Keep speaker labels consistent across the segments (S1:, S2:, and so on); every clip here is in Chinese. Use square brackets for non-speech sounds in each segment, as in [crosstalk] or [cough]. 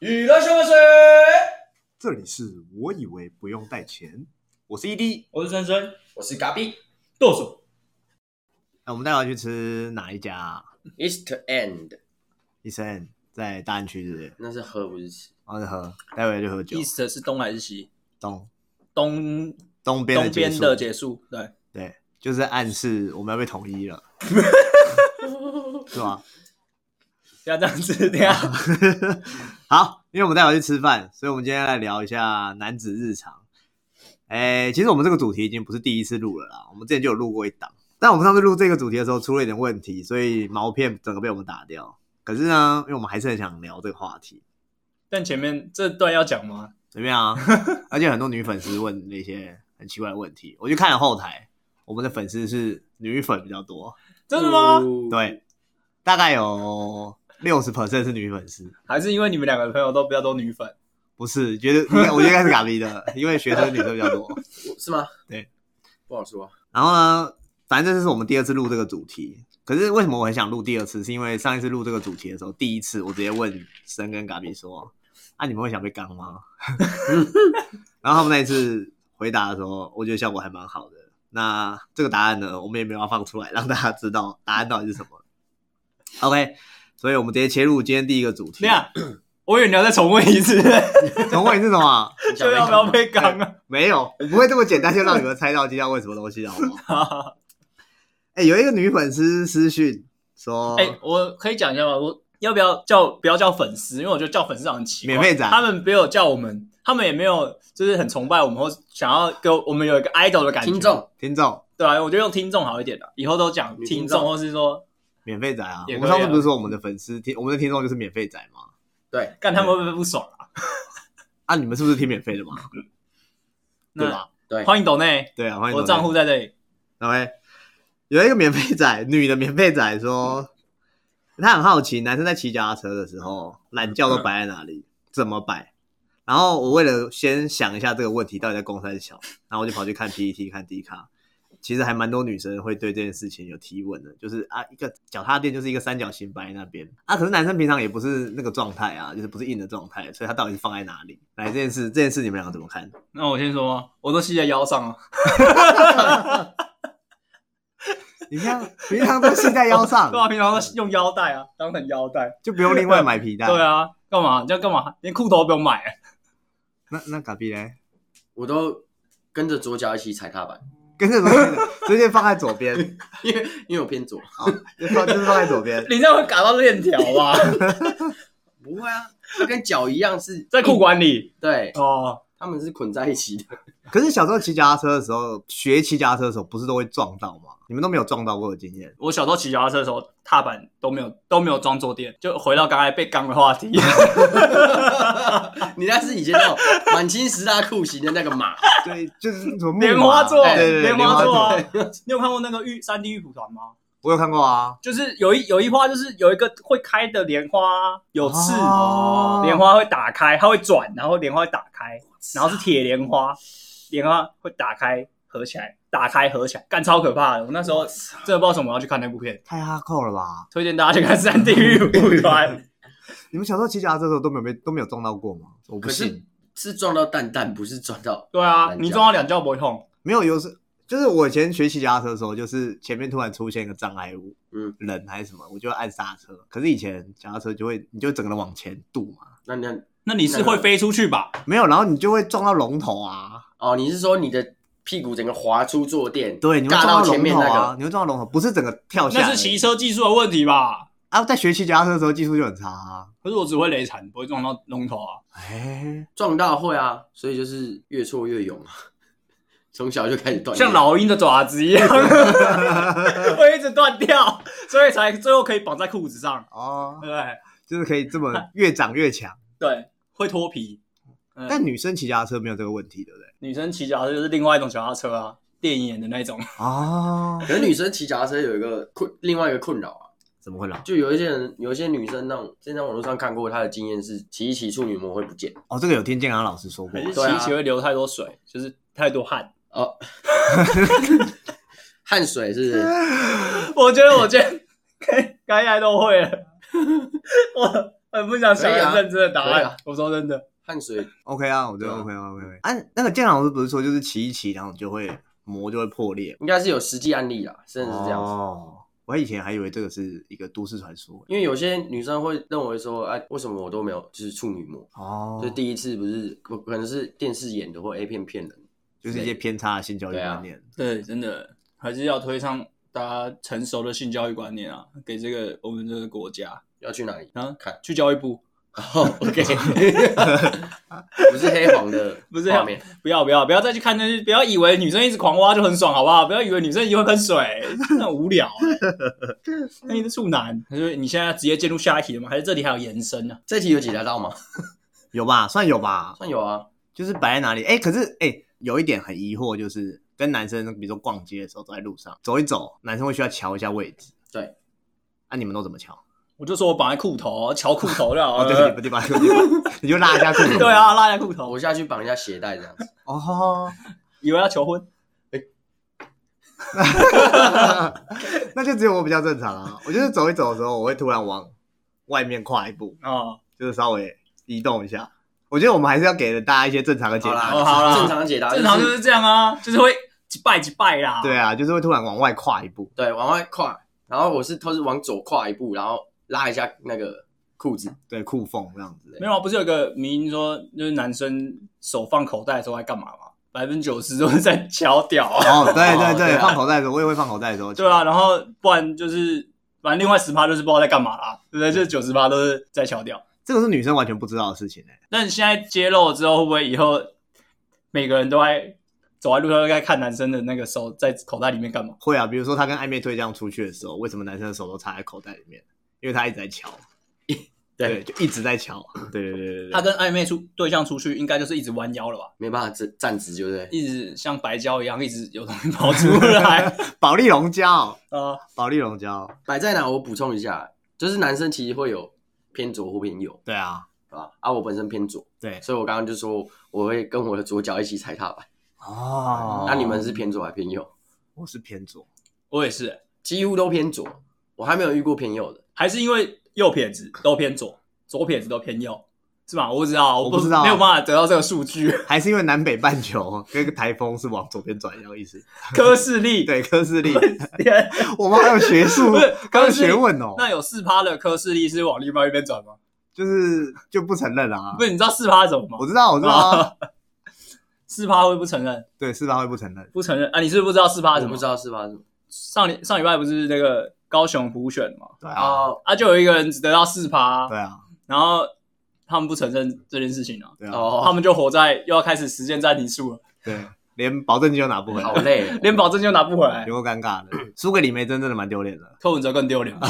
S1: 娱乐新闻水，
S2: 这里是我以为不用带钱，我是 E ED。
S1: 我是森森，
S3: 我是嘎比
S1: 剁手。
S2: 那我们待会去吃哪一家、啊？
S3: ，East End，
S2: 医生在大安区是不是？
S3: 那是喝不是吃。
S2: 然后就喝，待会就喝酒。
S4: East 是东还是西？
S2: 东
S4: 东
S2: 东边的
S4: 东
S2: 结
S4: 边
S2: 束
S4: 的结束，对，
S2: 对，就是暗示我们要被统一 [laughs] 了，是吗？
S4: 不要这样子，等一下
S2: [laughs] 好，因为我们待会去吃饭，所以我们今天来聊一下男子日常。哎，其实我们这个主题已经不是第一次录了啦，我们之前就有录过一档，但我们上次录这个主题的时候出了一点问题，所以毛片整个被我们打掉。可是呢，因为我们还是很想聊这个话题，
S4: 但前面这段要讲吗？
S2: 随便啊，而且很多女粉丝问那些很奇怪的问题，我去看了后台，我们的粉丝是女粉比较多，
S4: 真的吗？
S2: 对，大概有六十 percent 是女粉丝，
S4: 还是因为你们两个朋友都比较多女粉？
S2: 不是，觉得应该我觉得应该是嘎逼的，因为学生女生比较多。
S3: 我是吗？
S2: 对，
S3: 不好
S4: [laughs]
S3: 说。啊
S2: 然后呢，反正这是我们第二次录这个主题。可是为什么我很想录第二次？是因为上一次录这个主题的时候，第一次我直接问生跟嘎比说：“啊，你们会想被刚吗？” [laughs] 然后他们那一次回答的时候，我觉得效果还蛮好的。那这个答案呢，我们也没有要放出来，让大家知道答案到底是什么。OK，所以我们直接切入今天第一个主题
S4: 等一。下，我以为你要再重问一次，
S2: 重问是什么？
S3: 你想
S4: [laughs] 就要不要被啊刚
S2: 没有，我不会这么简单就让你们猜到今天要问什么东西，好不好？
S4: [laughs] 啊？
S2: 哎、有一个女粉丝私讯说，
S4: 哎，我可以讲一下吗？我要不要叫不要叫粉丝？因为我觉得叫粉丝好像很奇怪。
S2: 免费仔
S4: 他们没有叫我们，他们也没有就是很崇拜我们，或想要给我我们有一个 idol 的感觉。
S3: 听众？
S2: 听众
S4: 对啊，我觉得用听众好一点的，以后都讲
S3: 女
S4: 听
S3: 听
S4: 众，
S3: 众
S4: 或是说
S2: 免费仔啊，
S4: 也
S2: 我
S4: 可
S2: 们
S4: 以啊
S2: 上次不是说我们的粉丝听我们的听众就是免费仔吗？
S3: 对，
S4: 干他们会不会不爽啊？
S2: 啊，你们是不是听免费的嘛？对
S4: 那
S2: 吧？
S3: 对
S4: 欢迎抖内，
S2: 对啊，欢迎
S4: 我账
S2: 户
S4: 户在这里。
S2: OK。有一个免费仔，女的免费仔说，她很好奇男生在骑脚踏车的时候，懒觉都摆在哪里，怎么摆？然后我为了先想一下这个问题到底在公山小，然后我就跑去看 PPT 看 D 卡，其实还蛮多女生会对这件事情有提问的，就是啊，一个脚踏垫就是一个三角形摆在那边啊，可是男生平常也不是那个状态啊，就是不是硬的状态，所以他到底是放在哪里？来这件事，这件事你们两个怎么看？
S4: 那我先说吗，我都系在腰上啊了。
S2: 你看平常都系在腰上
S4: [laughs]
S2: [laughs]
S4: 对，啊，平常都用腰带啊，当成腰带。
S2: 就不用另外买皮带。
S4: [laughs] 对啊，干嘛？你要干嘛？连裤头都不用买、
S2: 那那嘎比嘞，
S3: 我都跟着左脚一起踩踏板， [laughs]
S2: 跟着左边的，直接放在左边，
S3: 因为因为我偏左。
S2: 就放就是放在左边。
S4: [laughs] 你这样会嘎到链条吧？
S3: 不会啊，它跟脚一样是，
S4: [laughs] [laughs] 在裤管里
S3: 对，
S4: 哦，
S3: 他们是捆在一起的。 [laughs]
S2: 可是小时候骑脚踏车的时候，学骑脚踏车的时候，不是都会撞到吗？你们都没有撞到过的经验。
S4: 我小时候骑脚踏车的时候，踏板都没有都没有装坐垫，就回到刚才被刚的话题。
S3: 你那是以前那种
S4: [laughs]
S3: 满清十大酷刑的那个
S2: [laughs]
S3: 马，
S2: 对，就是什么木马
S4: [laughs] 莲花 [laughs] 座，
S2: 对对对，
S4: 莲花座
S2: 座，
S4: 啊！ [laughs] 你有看过那个玉三 D 玉蒲团吗？
S2: 我有看过啊。
S4: 就是有一有一花，就是有一个会开的莲花，有刺，
S2: 哦
S4: 莲花会打开，它会转，然后莲花会打开，然后是铁莲花，莲花会打开合起来，打开合起来，干超可怕的。我那时候真的不知道为什么我要去看那部片，
S2: 太哈扣了吧？
S4: 推荐大家去看《三 D 玉舞团》。
S2: 你们小时候骑脚踏车的时候都没有被都没有撞到过吗？我不
S3: 可是
S2: 信，
S3: 是撞到蛋蛋，不是撞到。
S4: 对啊，
S3: 难讲
S4: 你撞到两跤不会痛，
S2: 没有，有时就是我以前学骑脚踏车的时候，就是前面突然出现一个障碍物，
S3: 嗯，
S2: 人还是什么，我就会按刹车。可是以前脚踏车就会，你就整个人往前渡嘛，
S3: 那你看，
S4: 那你是会飞出去吧？
S2: 没有，然后你就会撞到龙头啊，
S3: 哦，你是说你的屁股整个滑出坐垫，
S2: 对，你会
S3: 尬
S2: 撞
S3: 到前
S2: 龙
S3: 面
S2: 头
S3: 那
S2: 啊，
S3: 个？
S2: 你会撞到龙头，不是整个跳下来。
S4: 那是骑车技术的问题吧？
S2: 啊，在学骑脚踏车的时候技术就很差啊。
S4: 可是我只会雷惨，不会撞到龙头啊。
S2: [laughs] 哎，
S3: 撞到会啊，所以就是越挫越勇啊， [laughs] 从小就开始锻炼。
S4: 像老鹰的爪子一样，会一直断掉，所以才最后可以绑在裤子上，
S2: 哦
S4: 对，不对？
S2: 就是可以这么越长越
S4: [laughs]
S2: 强。
S4: 对，会脱皮。嗯
S2: 但女生骑脚踏车没有这个问题，对不对？
S4: 女生骑脚踏车就是另外一种脚踏车啊，电影演的那种。
S2: 哦，
S3: 可是女生骑脚踏车有一个困，另外一个困扰啊，
S2: 怎么会老？
S3: 就有一些人，有一些女生那种，之前在网络上看过，她的经验是骑一骑处女膜会不见。
S2: 哦，这个有听健康老师说过
S4: [laughs] 可。是骑
S3: 对啊
S4: 一骑会流太多水，就是太多汗。
S3: 哦，汗水是不
S2: [laughs]
S3: 是？
S4: [laughs] 我觉得我今天该该来都会了。我
S5: 很不想想
S3: 可以啊
S5: 很认真的答
S3: 可以
S5: 案
S3: 啊。
S5: 我说真的，
S3: 汗水
S2: OK 啊，我觉
S3: 对
S2: 得
S3: 啊
S2: OK 啊 OK 啊。啊，那个建行老师不是说就是骑一骑，然后就会膜就会破裂，
S3: 应该是有实际案例啦，真的是这样子。
S2: 哦，我以前还以为这个是一个都市传说。
S3: 因为有些女生会认为说，哎、为什么我都没有就是处女膜？
S2: 哦，
S3: 就第一次不是，可可能是电视演的或 A 片骗人。
S2: 就是一些偏差的性教育
S3: 对啊
S2: 观念。
S4: 对，真的还是要推上大家成熟的性教育观念啊，给这个我们这个国家，
S3: 要去哪里？
S4: 然后
S3: 看
S4: 去教育部，
S3: 哦、o k [laughs] 不是黑黄的画面，
S4: [laughs] 不是不要不要不要再去看那些，不要以为女生一直狂挖就很爽，好不好？不要以为女生一定会喷水，真的很
S2: [laughs]
S4: 无聊、欸。那你是处男，他说你现在要直接进入下一题了吗？还是这里还有延伸呢、
S3: 这题有解答到吗？
S2: 有吧，算有吧，
S3: 算有啊，
S2: 就是摆在哪里？哎、可是哎、有一点很疑惑，就是跟男生，比如说逛街的时候，走在路上走一走，男生会需要瞧一下位置。
S3: 对，
S2: 那、你们都怎么瞧？
S4: 我就说我绑在裤头，瞧裤头就好
S2: 哦，
S4: 了。
S2: [laughs] 对不起，不对
S4: [laughs]
S2: 吧？对不起你就拉一下裤子。
S4: 呃对，啊，拉一下裤头，
S3: 我下去绑一下鞋带这样子。
S2: 哦， [laughs]
S4: 以为要求婚。
S2: 那就只有我比较正常啊。我就是走一走的时候，我会突然往外面跨一步，
S4: 哦，
S2: 就是稍微移动一下。我觉得我们还是要给大家一些正常的解
S3: 好啦，
S2: 答。
S4: 哦好啦
S3: 正常解答、
S4: 正常
S3: 就
S4: 就是是这样啊，就是会几拜几拜啦。
S2: 对啊，就是会突然往外跨一步。
S3: 对，往外跨，然后我是都是往左跨一步，然后拉一下那个裤子。
S2: 对裤缝这样子，
S4: [laughs] 没有啊，不是有个名说，就是男生手放口袋的时候在干嘛吗？百分之九十都是在敲屌啊。
S2: 哦，对对
S3: 哦对
S2: 对，
S3: 啊
S2: 放口袋的时候，我也会放口袋的时候。
S4: 对啊，然后不然就是，反正另外十趴就是不知道在干嘛啦，对不对？就是九十趴都是在敲屌。
S2: 这个是女生完全不知道的事情哎、
S4: 但现在揭露之后，会不会以后每个人都在走在路上都在看男生的那个手在口袋里面干嘛？
S2: 会啊，比如说她跟暧昧对象出去的时候，为什么男生的手都插在口袋里面？因为他一直在
S4: [laughs]
S2: 瞧，对，
S3: 对，
S2: 就一直在瞧。对对对对
S4: 他
S2: 对。
S4: 跟暧昧出对象出去，应该就是一直弯腰了吧？
S3: 没办法站站直，对不对？
S4: 一直像白胶一样，一直有东西跑出 [laughs] 来
S2: 保利龙胶，
S4: 啊！
S2: 保利龙胶，
S3: 摆在哪？我补充一下，就是男生其实会有偏左或偏右，
S2: 对啊，
S3: 对吧？啊，我本身偏左，
S2: 对
S3: 所以我刚刚就说我会跟我的左脚一起踩踏板。
S2: 哦
S3: 那、你们是偏左还偏右？
S2: 我是偏左，
S4: 我也是，
S3: 几乎都偏左，我还没有遇过偏右的。
S4: 还是因为右撇子都偏左，左撇子都偏右，是吗？我不知道，
S2: 我
S4: 不
S2: 不知道啊
S4: 没有办法得到这个数 [laughs] 据。
S2: 还是因为南北半球跟个台风是往左边转一样意思。
S4: 科氏力，
S2: 对，科斯利，我们还有学术
S4: 不是，
S2: 还有
S4: 科斯利
S2: 学问哦，
S4: 那有四趴的科氏力是往另外一边转吗？
S2: 就是就不承认啊
S4: 不。是，你知哦道四趴是什么吗
S2: 我？知道，我知道啊，
S4: [laughs] 四趴会不承认，
S2: 对，是他会不承认。
S4: 不承认啊！你是不是不知道四趴
S3: 我
S4: 是什么？
S3: 不知道是吧？
S4: 上礼上礼拜不是那个高雄补选嘛？
S2: 对啊，
S3: 哦
S4: 啊，就有一个人只得到四趴，
S2: 对啊，
S4: 然后他们不承认这件事情啊，
S2: 对啊，
S4: 他
S3: 哦，
S4: 们就活在又要开始实践暂停数了，
S2: 对，连保证金都拿不回来
S3: 好，累哦，
S4: 连保证就拿不回来
S2: 有，够尴尬的。输给李梅珍真的蛮丢脸的。
S4: 柯文哲更丢脸。 [laughs]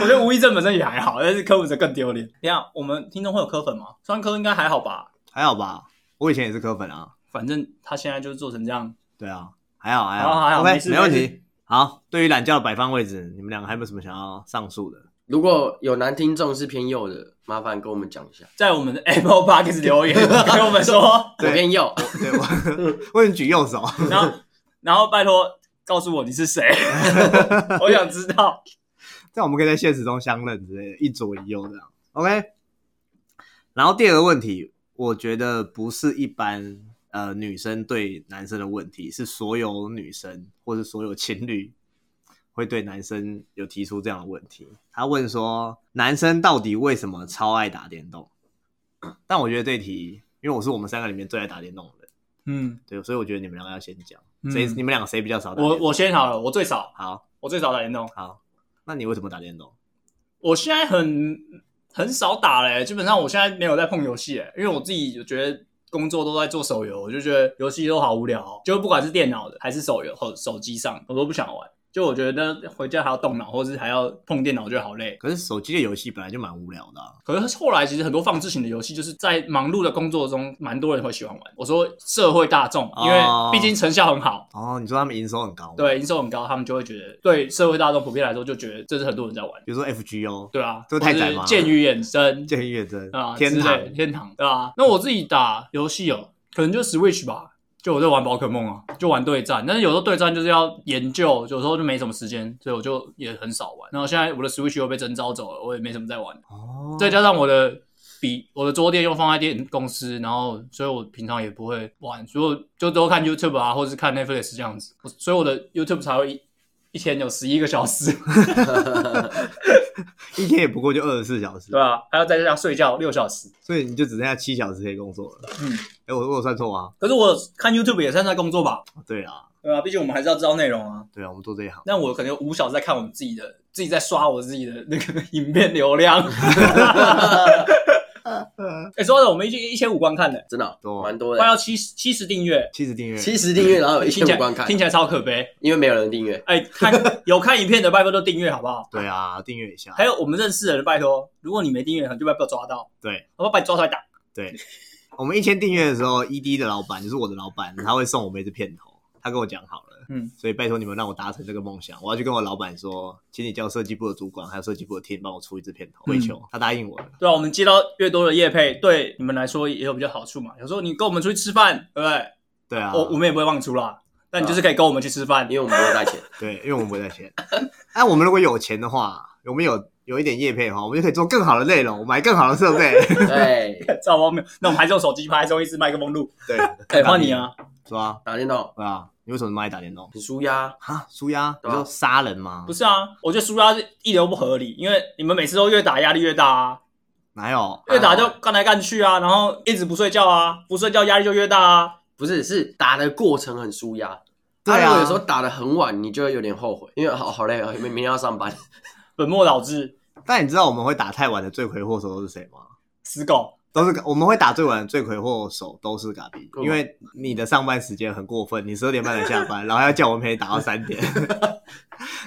S4: 我觉得吴亦正本身也还好，但是柯文哲更丢脸。等一下我们听众会有柯粉吗？双柯应该还好吧，
S2: 还好吧，我以前也是科粉啊。
S4: 反正他现在就做成这样。
S2: 对啊，还好还
S4: 好好还好
S2: o k
S4: 没事
S2: 没问
S4: 没
S2: 题。好，对于懒觉的摆放位置，你们两个还有没有什么想要上诉的？ [laughs]
S3: 如果有男听众是偏右的，麻烦跟我们讲一下。
S4: 在我们的 [laughs] Apple Podcast 留言跟我们说， [laughs]
S3: 我
S2: 对
S3: 偏
S2: [laughs]
S3: 右，
S2: 对我， [laughs] 我已经举右手。
S4: 然后然后拜托告诉我你是谁， [laughs] 我想知道。
S2: 这样我们可以在现实中相认之类的，一左一右这样。OK。然后第二个问题，我觉得不是一般呃女生对男生的问题，是所有女生或是所有情侣会对男生有提出这样的问题。他问说，男生到底为什么超爱打电动？ [coughs] 但我觉得这题，因为我是我们三个里面最爱打电动的人，
S4: 嗯，
S2: 对，所以我觉得你们两个要先讲，
S4: 嗯
S2: 谁、你们两个谁比较少打电
S4: 我
S2: 动？
S4: 我先好了，我最少
S2: 好
S4: 我最少打联动，
S2: 好，那你为什么打电动？
S4: 我现在很很少打嘞、基本上我现在没有在碰游戏嘞，因为我自己就觉得工作都在做手游，我就觉得游戏都好无聊哦、就不管是电脑的还是手游或手机上，我都不想玩。就我觉得回家还要动脑，或是还要碰电脑，就好累。
S2: 可是手机的游戏本来就蛮无聊的、啊，
S4: 可是后来，其实很多放置型的游戏，就是在忙碌的工作中，蛮多人会喜欢玩。我说社会大众，因为
S2: 哦
S4: 毕竟成效很好，
S2: 哦，你说他们营收很高吗？，
S4: 对营收很高，他们就会觉得，对社会大众普遍来说，就觉得这是很多人在玩。
S2: 比如说 FGO、
S4: 对啊，
S2: 这太窄吗
S4: 或是剑与衍生
S2: 剑与月真
S4: 啊，
S2: 天
S4: 之
S2: 堂
S4: 类，天堂，对啊。那我自己打游戏哦，可能就 Switch 吧，就我在玩宝可梦啊，就玩对战，但是有时候对战就是要研究，有时候就没什么时间，所以我就也很少玩。然后现在我的 Switch 又被征召走了，我也没什么在玩。
S2: 哦
S4: 再加上我的笔，我的桌垫又放在电公司，然后所以我平常也不会玩，所以我就都看 YouTube 啊，或是看 Netflix 这样子，所以我的 YouTube 才会一一天有十一个小时。 [laughs]
S2: 一天也不过就二十四小时
S4: 对，啊，还要再加上睡觉六小时。
S2: 所以你就只剩下七小时可以工作了。
S4: 嗯，
S2: 哎，我我有算错吗？
S4: 可是我看 YouTube 也算在工作吧？
S2: 对啊，
S4: 对啊，毕竟我们还是要知道内容啊。
S2: 对啊，我们做这一行，
S4: 但我可能有五小时在看我们自己的，自己在刷我自己的那个 [laughs] 影片流量。哎、说到这我们一一千五观看的，
S3: 真的
S2: 多
S3: 蛮多
S4: 快
S3: 的，
S4: 要七十七十订阅，
S2: 七十订阅，
S3: 七十订阅，然后有一
S4: 听
S3: 千
S4: 起
S3: 五
S4: 来
S3: 观看
S4: 听，起来超可悲。
S3: 因为没有人订阅。
S4: 哎、看有看影片的，拜托都订阅好不好？
S2: 对啊，订阅一下
S4: 还。有我们认识的人，拜托，如果你没订阅，很就被被我抓到，
S2: 对
S4: 我要把你抓出来打。
S2: 对，我们一千订阅的时候，ED 的老板就是我的老板，他会送我们一支片头，他跟我讲好了。
S4: 嗯，
S2: 所以拜托你们让我达成这个梦想，我要去跟我老板说，请你叫设计部的主管还有设计部的 team 帮我出一支片
S4: 嗯
S2: 头，跪求、他答应我了。
S4: 对啊，我们接到越多的业配，对你们来说也有比较好处嘛。有时候你跟我们出去吃饭，对不对？
S2: 对啊，
S4: 我我们也不会忘出啦。但你就是可以跟我们去吃饭， [laughs]
S3: 因为我们不会带
S2: [laughs]
S3: 钱，
S2: 对，因为我们不在钱。哎、我们如果有钱的话，我们有有一点业配的话，我们就可以做更好的内容，我买更好的设备。 [laughs]
S3: 对，
S4: 超荒谬。那我们还是用手机拍，用一支麦克风录。
S2: 对，
S4: 哎、换你啊！
S2: 是吧？
S3: 打电动
S2: 对啊，你为什么那么爱打电动？
S3: 很舒压，
S2: 哈，舒压，你
S3: 对啊
S2: 说杀人吗
S4: 不？是啊，我觉得输压是一流不合理，因为你们每次都越打压力越大啊，
S2: 哪有？
S4: 越打就干来干去啊，然后一直不睡觉啊，不睡觉压力就越大啊。
S3: 不是是打的过程很舒压。
S2: 对
S3: 如
S2: 啊，
S3: 果有时候打的很晚，你就会有点后悔，因为好好累啊，明明天要上班。
S4: 本末倒置，
S2: 但你知道我们会打太晚的罪魁祸首都是谁吗？
S4: 死狗。
S2: 都是我们会打最晚的罪魁祸首都是嘎比，
S3: 干嘛
S2: 因为你的上班时间很过分，你十二点半才下班，然后要叫我们陪你打到三点， [laughs]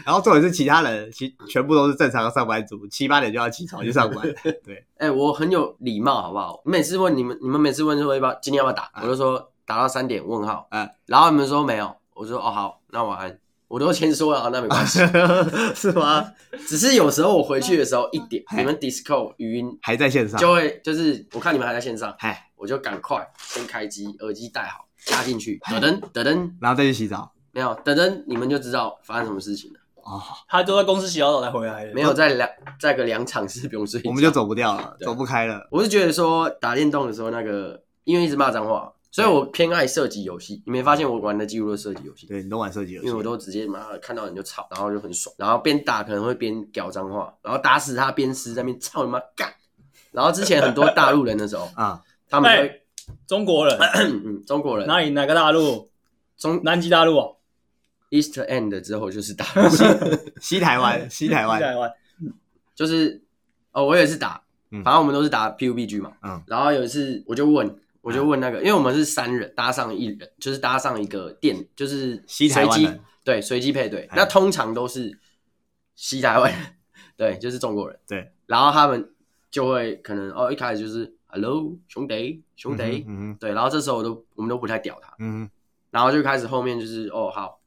S2: 然后重点是其他人其全部都是正常的上班族，七八点就要起床去上班。 [laughs] 对，
S3: 哎、我很有礼貌，好不好？每次问你们，你们每次问说要不要今天要不要
S2: 哎
S3: 打，我就说打到三点问号，
S2: 嗯
S3: 然后你们说没有，我说哦好，那晚安，我都先说了，啊那没
S2: [laughs]
S3: 关系。
S2: 是吗？
S3: 只是有时候我回去的时候一点，
S2: 哎
S3: 你们 Disco 语音
S2: 还在线上，
S3: 就会就是我看你们还在线上，
S2: 哎，
S3: 我就赶快先开机，耳机戴好，加进去，
S2: 哎
S3: 噔噔噔噔，
S2: 然后再去洗澡。
S3: 没有噔噔，你们就知道发生什么事情了。
S2: 哦，
S4: 他都在公司洗好澡才回来的。
S3: 没有在两在个两场是不用睡觉，
S2: 我们就。走不掉了，
S3: 对啊
S2: 走不开了。
S3: 我是觉得说打电动的时候，那个因为一直骂脏话，所以我偏爱射击游戏。你没发现我玩的几乎都是射击游戏，
S2: 对，你都玩射击游
S3: 因为我
S2: 戏，，
S3: 都直接妈的看到人就吵，然后就很爽，然后边打可能会边屌脏话，然后打死他边撕在那边操你妈干。然后之前很多大陆人的时候
S2: 啊，
S3: 他
S4: 哎
S3: 们会、
S4: 中
S3: [clears throat]
S4: 国人
S3: 嗯中国人
S4: 哪里哪个大陆？
S3: 中
S4: 南极大陆哦，
S3: East End 之后就是大陆，
S2: 西台
S3: [laughs]
S2: 湾，西台湾，
S4: 台湾。
S3: 就是哦，我也是打，
S2: 嗯
S3: 反正我们都是打 PUBG 嘛。
S2: 嗯
S3: 然后有一次我就问，我就问那个，因为我们是三人搭上一人，就是搭上一个店，就是
S2: 西台
S3: 随
S2: 湾
S3: 机
S2: 人，
S3: 对随机配对。
S2: 哎
S3: 那通常都是西台湾人， [laughs] 对，就是中国人。
S2: 对，
S3: 然后他们就会可能哦，一开始就是 “hello 兄弟兄弟”，
S2: 嗯哼
S3: 对，然后这时候我都我们都不太屌他，
S2: 嗯哼
S3: 然后就开始后面就是哦好，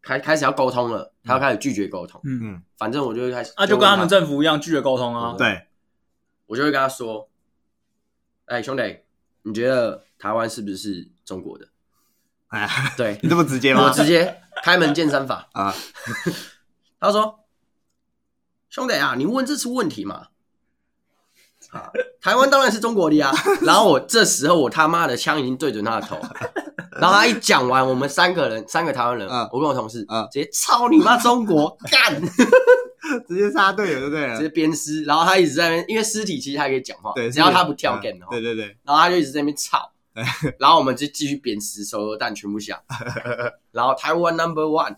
S3: 开开始要沟通了，他要开始拒绝沟通，
S4: 嗯，
S2: 嗯
S3: 反正我就会开始，
S4: 那啊就跟他们，政府一样拒绝沟通啊
S2: 嗯，。对，
S3: 我就会跟他说，哎、兄弟，你觉得台湾是不是中国的？
S2: 哎，
S3: [laughs] 对
S2: 你这么直接
S3: 我
S2: 吗？
S3: 直接开门见山法，
S2: 啊，
S3: 他说，兄弟啊，你问这是问题嘛？啊，台湾当然是中国的呀、然后我这时候我他妈的枪已经对准他的头，然后他一讲完，我们三个人，三个台湾人，
S2: 嗯
S3: 我跟我同事，
S2: 嗯
S3: 直接操你妈中国干，
S2: 直接杀队友就对了
S3: 直。接鞭尸。然后他一直在那边，因为尸体其实还可以讲话，
S2: 对，
S3: 只要
S2: 是
S3: 他不跳
S2: 嗯
S3: game 的话
S2: 对，对对，
S3: 然后他就一直在那边吵，然后我们就继续扁食手榴弹全部下，然后台湾 number one，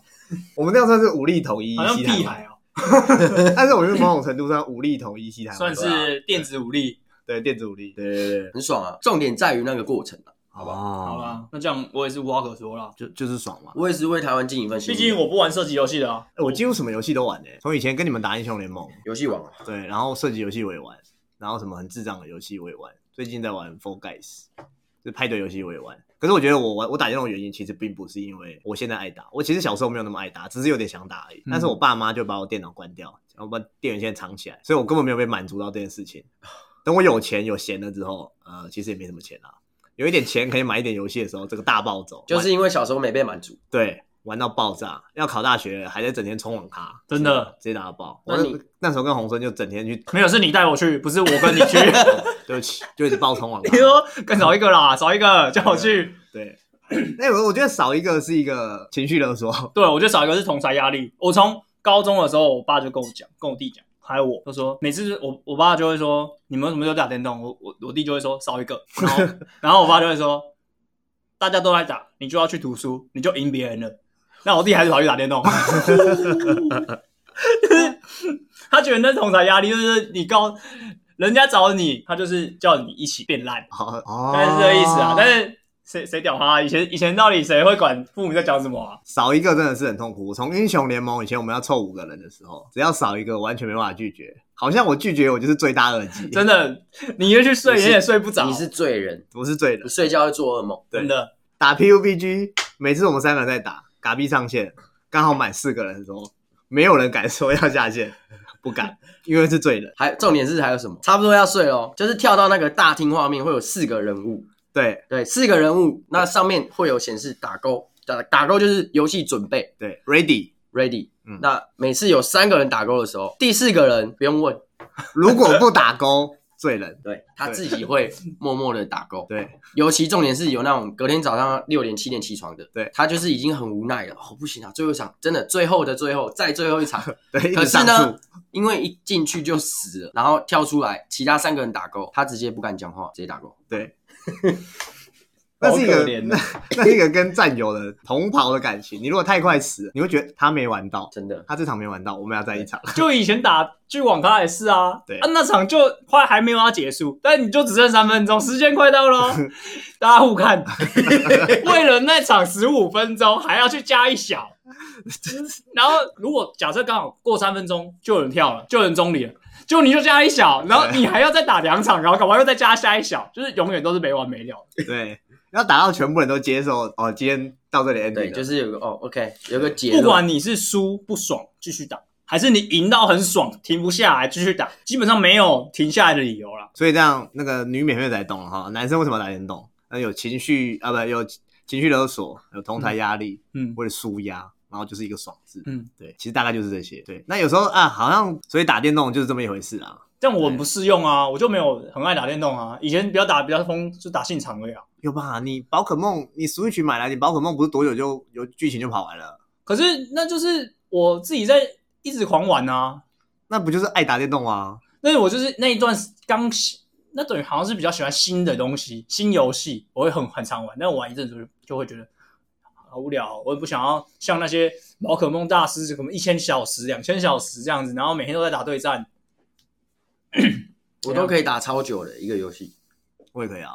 S2: 我们那样算是武力统一
S4: 好像
S2: 西台
S4: 屁
S3: 啊
S2: 湾，
S4: 孩哦，
S2: 但是我觉得某种程度上武力统一西台湾，
S4: 算
S2: 对啊
S4: 是电子武力。
S2: 对电子武力，对对对，
S3: 很爽啊。重点在于那个过程啊，
S2: 好
S3: 吧
S4: 好
S2: 吧，
S4: 啦，那这样我也是无话可说了。
S2: 就就是爽嘛。
S3: 我也是为台湾尽一份心
S4: 毕
S3: 力。
S4: 竟我不玩射击游戏的啊，
S2: 哎我几乎什么游戏都玩诶，从以前跟你们打英雄联盟，
S3: 游戏王啊，
S2: 对，然后射击游戏我也玩，然后什么很智障的游戏我也玩，最近在玩 Four Guys，就是派对游戏我也玩。可是我觉得我玩我打电动的原因其实并不是因为我现在爱打，我其实小时候没有那么爱打，只是有点想打而已。
S3: 嗯
S2: 但是我爸妈就把我电脑关掉，然后把电源线藏起来，所
S3: [laughs]
S2: 以我根本没有被满足到这件事情。等我有钱有闲了之后，呃，其实也没什么钱啦、有一点钱可以买一点游戏的时候，这个大暴走，
S3: 就
S2: 玩
S3: 是因为小时候没被满足。
S2: 对玩到爆炸。要考大学了，还在整天冲网咖，
S4: 真的
S2: 直接打到爆。
S3: 那
S2: 我
S3: 你
S2: 那那时候跟洪生就整天去，
S4: 没有是你带我去，不是我跟你 [laughs] 去。
S2: [laughs] 对不起，就一直爆冲网
S4: 你
S2: 咖。
S4: 说哎更少一个啦，少一个叫我去。
S2: 对， [clears throat] 那我我觉得少一个是一个情绪勒索， [laughs]
S4: 对，我觉得少一个是同才压力。我从高中的时候，我爸就跟我讲，跟我弟讲，还有我，就说每次我我爸就会说，你们为什么都打电动？我我我弟就会说少一个，然后然后我爸就会说，大家都来打，你就要去读书，你就赢别人了。那我弟还是跑去打电动， [laughs] 他觉得那是同才压力就是你高，人家找你，他就是叫你一起变烂。
S2: 哦，
S4: 大概是这个意思啊。但
S2: 是
S4: 是谁谁屌他、啊以前以前到底谁会管父母在讲什么啊？
S2: 少一个真的是很痛苦。我从英雄联盟以前我们要凑五个人的时候，只要少一个，我完全没办法拒绝。好像我拒绝我就是罪大恶极，
S4: [laughs] 真的，你越去睡，
S3: 你是
S4: 你也睡不着。
S3: 你是罪人，
S2: 我是罪
S3: 你
S2: 人。
S3: 睡觉会做噩梦。
S4: 真的，
S2: 打 PUBG，每次我们三个人在打，嘎逼上线，刚好满四个人的时候，没有人敢说要下线， [laughs] 不敢，因为是罪人。
S3: 还重点是还有什么？差不多要睡咯，就是跳到那个大厅画面会有四个人物，
S2: 对
S3: 对，四个人物，那上面会有显示打勾，打打勾就是游戏准备
S2: 对，Ready。
S3: ready。
S2: 嗯
S3: 那每次有三个人打勾的时候，第四个人不用问，
S2: 如果不打勾，罪人。
S3: 对他自己会默默的打勾。
S2: 对，
S3: 尤其重点是有那种隔天早上六点七点起床的，
S2: 对
S3: 他就是已经很无奈了，哦不行啊，最后一场真的最后的最后再最后一场，
S2: 对，一
S3: 可
S2: 直
S3: 是
S2: 上
S3: 呢
S2: 诉。，
S3: 因为一进去就死了，然后跳出来，其他三个人打勾，他直接不敢讲话，直接打勾。
S2: 对， [laughs] 那是一
S4: 好
S2: 个
S4: 可怜哦
S2: 那 [laughs] 那是一个跟战友的同袍的感情。你如果太快死，你会觉得他没玩到，
S3: 真的，
S2: 他这场没玩到，我们要在一场。
S4: 就以前打去网咖也是啊，
S2: 对
S4: 啊那场就快还没有要结束，但你就只剩三分钟，时间快到了，大家互看， [laughs] 为了那场十五分钟还要去加一小，然后如果假设刚好过三分钟就有人跳了，就有人中里了。就你就加一小，然后你还要再打两场，然后搞完又再加下一小，就是永远都是没完没了。
S2: [laughs] 对，要打到全部人都接受哦，今天到这里 ending
S3: 对，
S2: 了
S3: 就是有个哦，OK，有个结
S4: 不
S3: 论。
S4: 管你是输不爽继续打，还是你赢到很爽停不下来继续打，基本上没有停下来的理由啦。
S2: 所以这样，那个女免费仔懂了哈，男生为什么要打电动？那有情绪啊，不有情绪勒索，有同台压力，
S4: 嗯
S2: 或者舒压，然后就是一个爽字。
S4: 嗯，
S2: 对，其实大概就是这些。对，那有时候啊，好像所以打电动就是这么一回事啊。
S4: 但我很不适用啊，我就没有很爱打电动啊。以前比较打比较疯，就打信长而已啊。
S2: 有吧？你宝可梦，你 Switch 买来，你宝可梦不是多久就有剧情就跑完了？
S4: 可是那就是我自己在一直狂玩啊。
S2: 那不就是爱打电动啊？
S4: 但是我就是那一段刚，那等于好像是比较喜欢新的东西，新游戏，我会很很常玩。但我玩一阵子就就会觉得好无聊哦，我也不想要像那些宝可梦大师什么一千小时、两千小时这样子，然后每天都在打对战。
S3: 我都可以打超久的一个游戏，
S2: 我也可以啊，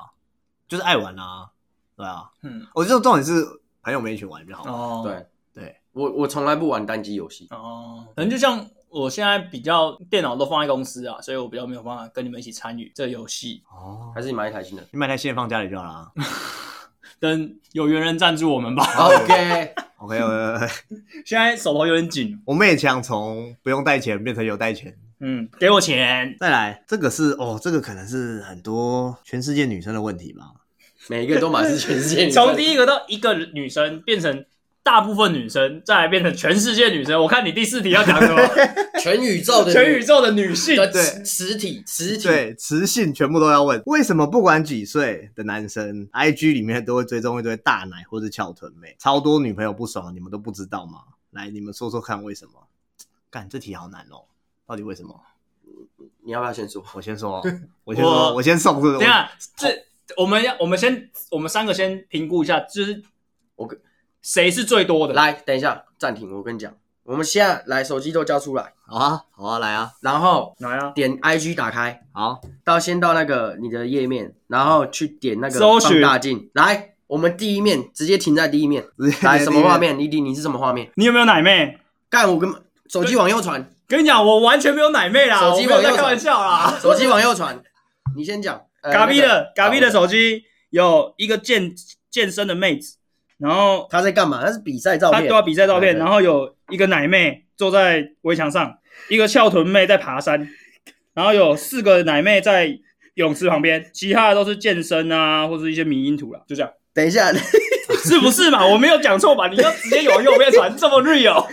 S2: 就是爱玩啊，对啊。
S4: 嗯，
S2: 我这种重点是朋友们一起玩就好了。
S4: 哦，
S3: 对
S2: 对，
S3: 我我从来不玩单机游戏。
S4: 哦，可能就像我现在比较电脑都放在公司啊，所以我比较没有办法跟你们一起参与这游戏。
S2: 哦，
S3: 还是你买一台新的
S2: 你买台线放家里就好了啊。
S4: 等有缘人赞助我们吧， [laughs]
S3: ？OK，
S2: OK，OK，OK。
S4: 现在手头有点紧。
S2: 我们也想从不用带钱变成有带钱。
S4: 嗯，给我钱。
S2: 再来，这个是哦，这个可能是很多全世界女生的问题吧。
S3: 每一个都满是全世界女生。
S4: 从第一个到一个女生变成大部分女生，再来变成全世界女生。我看你第四题要讲什么？
S3: 全宇宙的
S4: 全宇宙的女性。
S3: 的
S2: 对
S3: 实体实体，
S2: 对，雌性全部都要问，为什么不管几岁的男生，IG 里面都会追踪一堆大奶或者翘臀妹，超多女朋友不爽，你们都不知道吗？来，你们说说看为什么？干，这题好难哦，到底为什么？
S3: 你要不要先说？
S2: 我先说，哦我先说，
S4: 我
S2: 我先送，是不是？
S4: 等一下，这我们要，我们先，我们三个先评估一下，就是
S3: 我
S4: 谁是最多的？
S3: 来，等一下暂停，我跟你讲，我们现在来手机都交出来，
S2: 好啊，好啊，来啊，
S3: 然后
S4: 来啊，
S3: 点 IG 打开，
S2: 好，
S3: 到先到那个你的页面，然后去点那个
S4: 搜
S3: 放
S4: 寻
S3: 大镜，来，我们第一面直接停在第一
S4: [laughs]
S3: 面，
S2: 直接
S3: 来什
S2: 点
S3: 么
S2: 订阅
S3: 画？面？你你你是什么画面？
S4: 你有没有奶妹？
S3: 干，我跟手机往右传，
S4: 跟你讲，我完全没有奶妹啦，
S3: 手机
S4: 我
S3: 往
S4: 没有在
S3: 右
S4: 开玩笑啦。
S3: [laughs] 手机往右传，你先讲。
S4: [laughs]
S3: 呃
S4: 嘎逼
S3: 那
S4: 啊的
S3: 个
S4: 嘎逼的手机有一个健健身的妹子，然后
S3: 他在干嘛？那是比赛照
S4: 他
S3: 片
S4: 对。要比赛照
S3: 对
S4: 片，
S3: 对
S4: 然后有一个奶妹坐 [laughs] 在围墙上，一个翘臀妹在爬山，然后有四个奶妹在泳池旁边，其他的都是健身啊，或是一些迷因图啦，就这样，
S3: 等一下， [laughs]
S4: 是不是嘛？我没有讲错吧？你要直接往右边传，这么 real？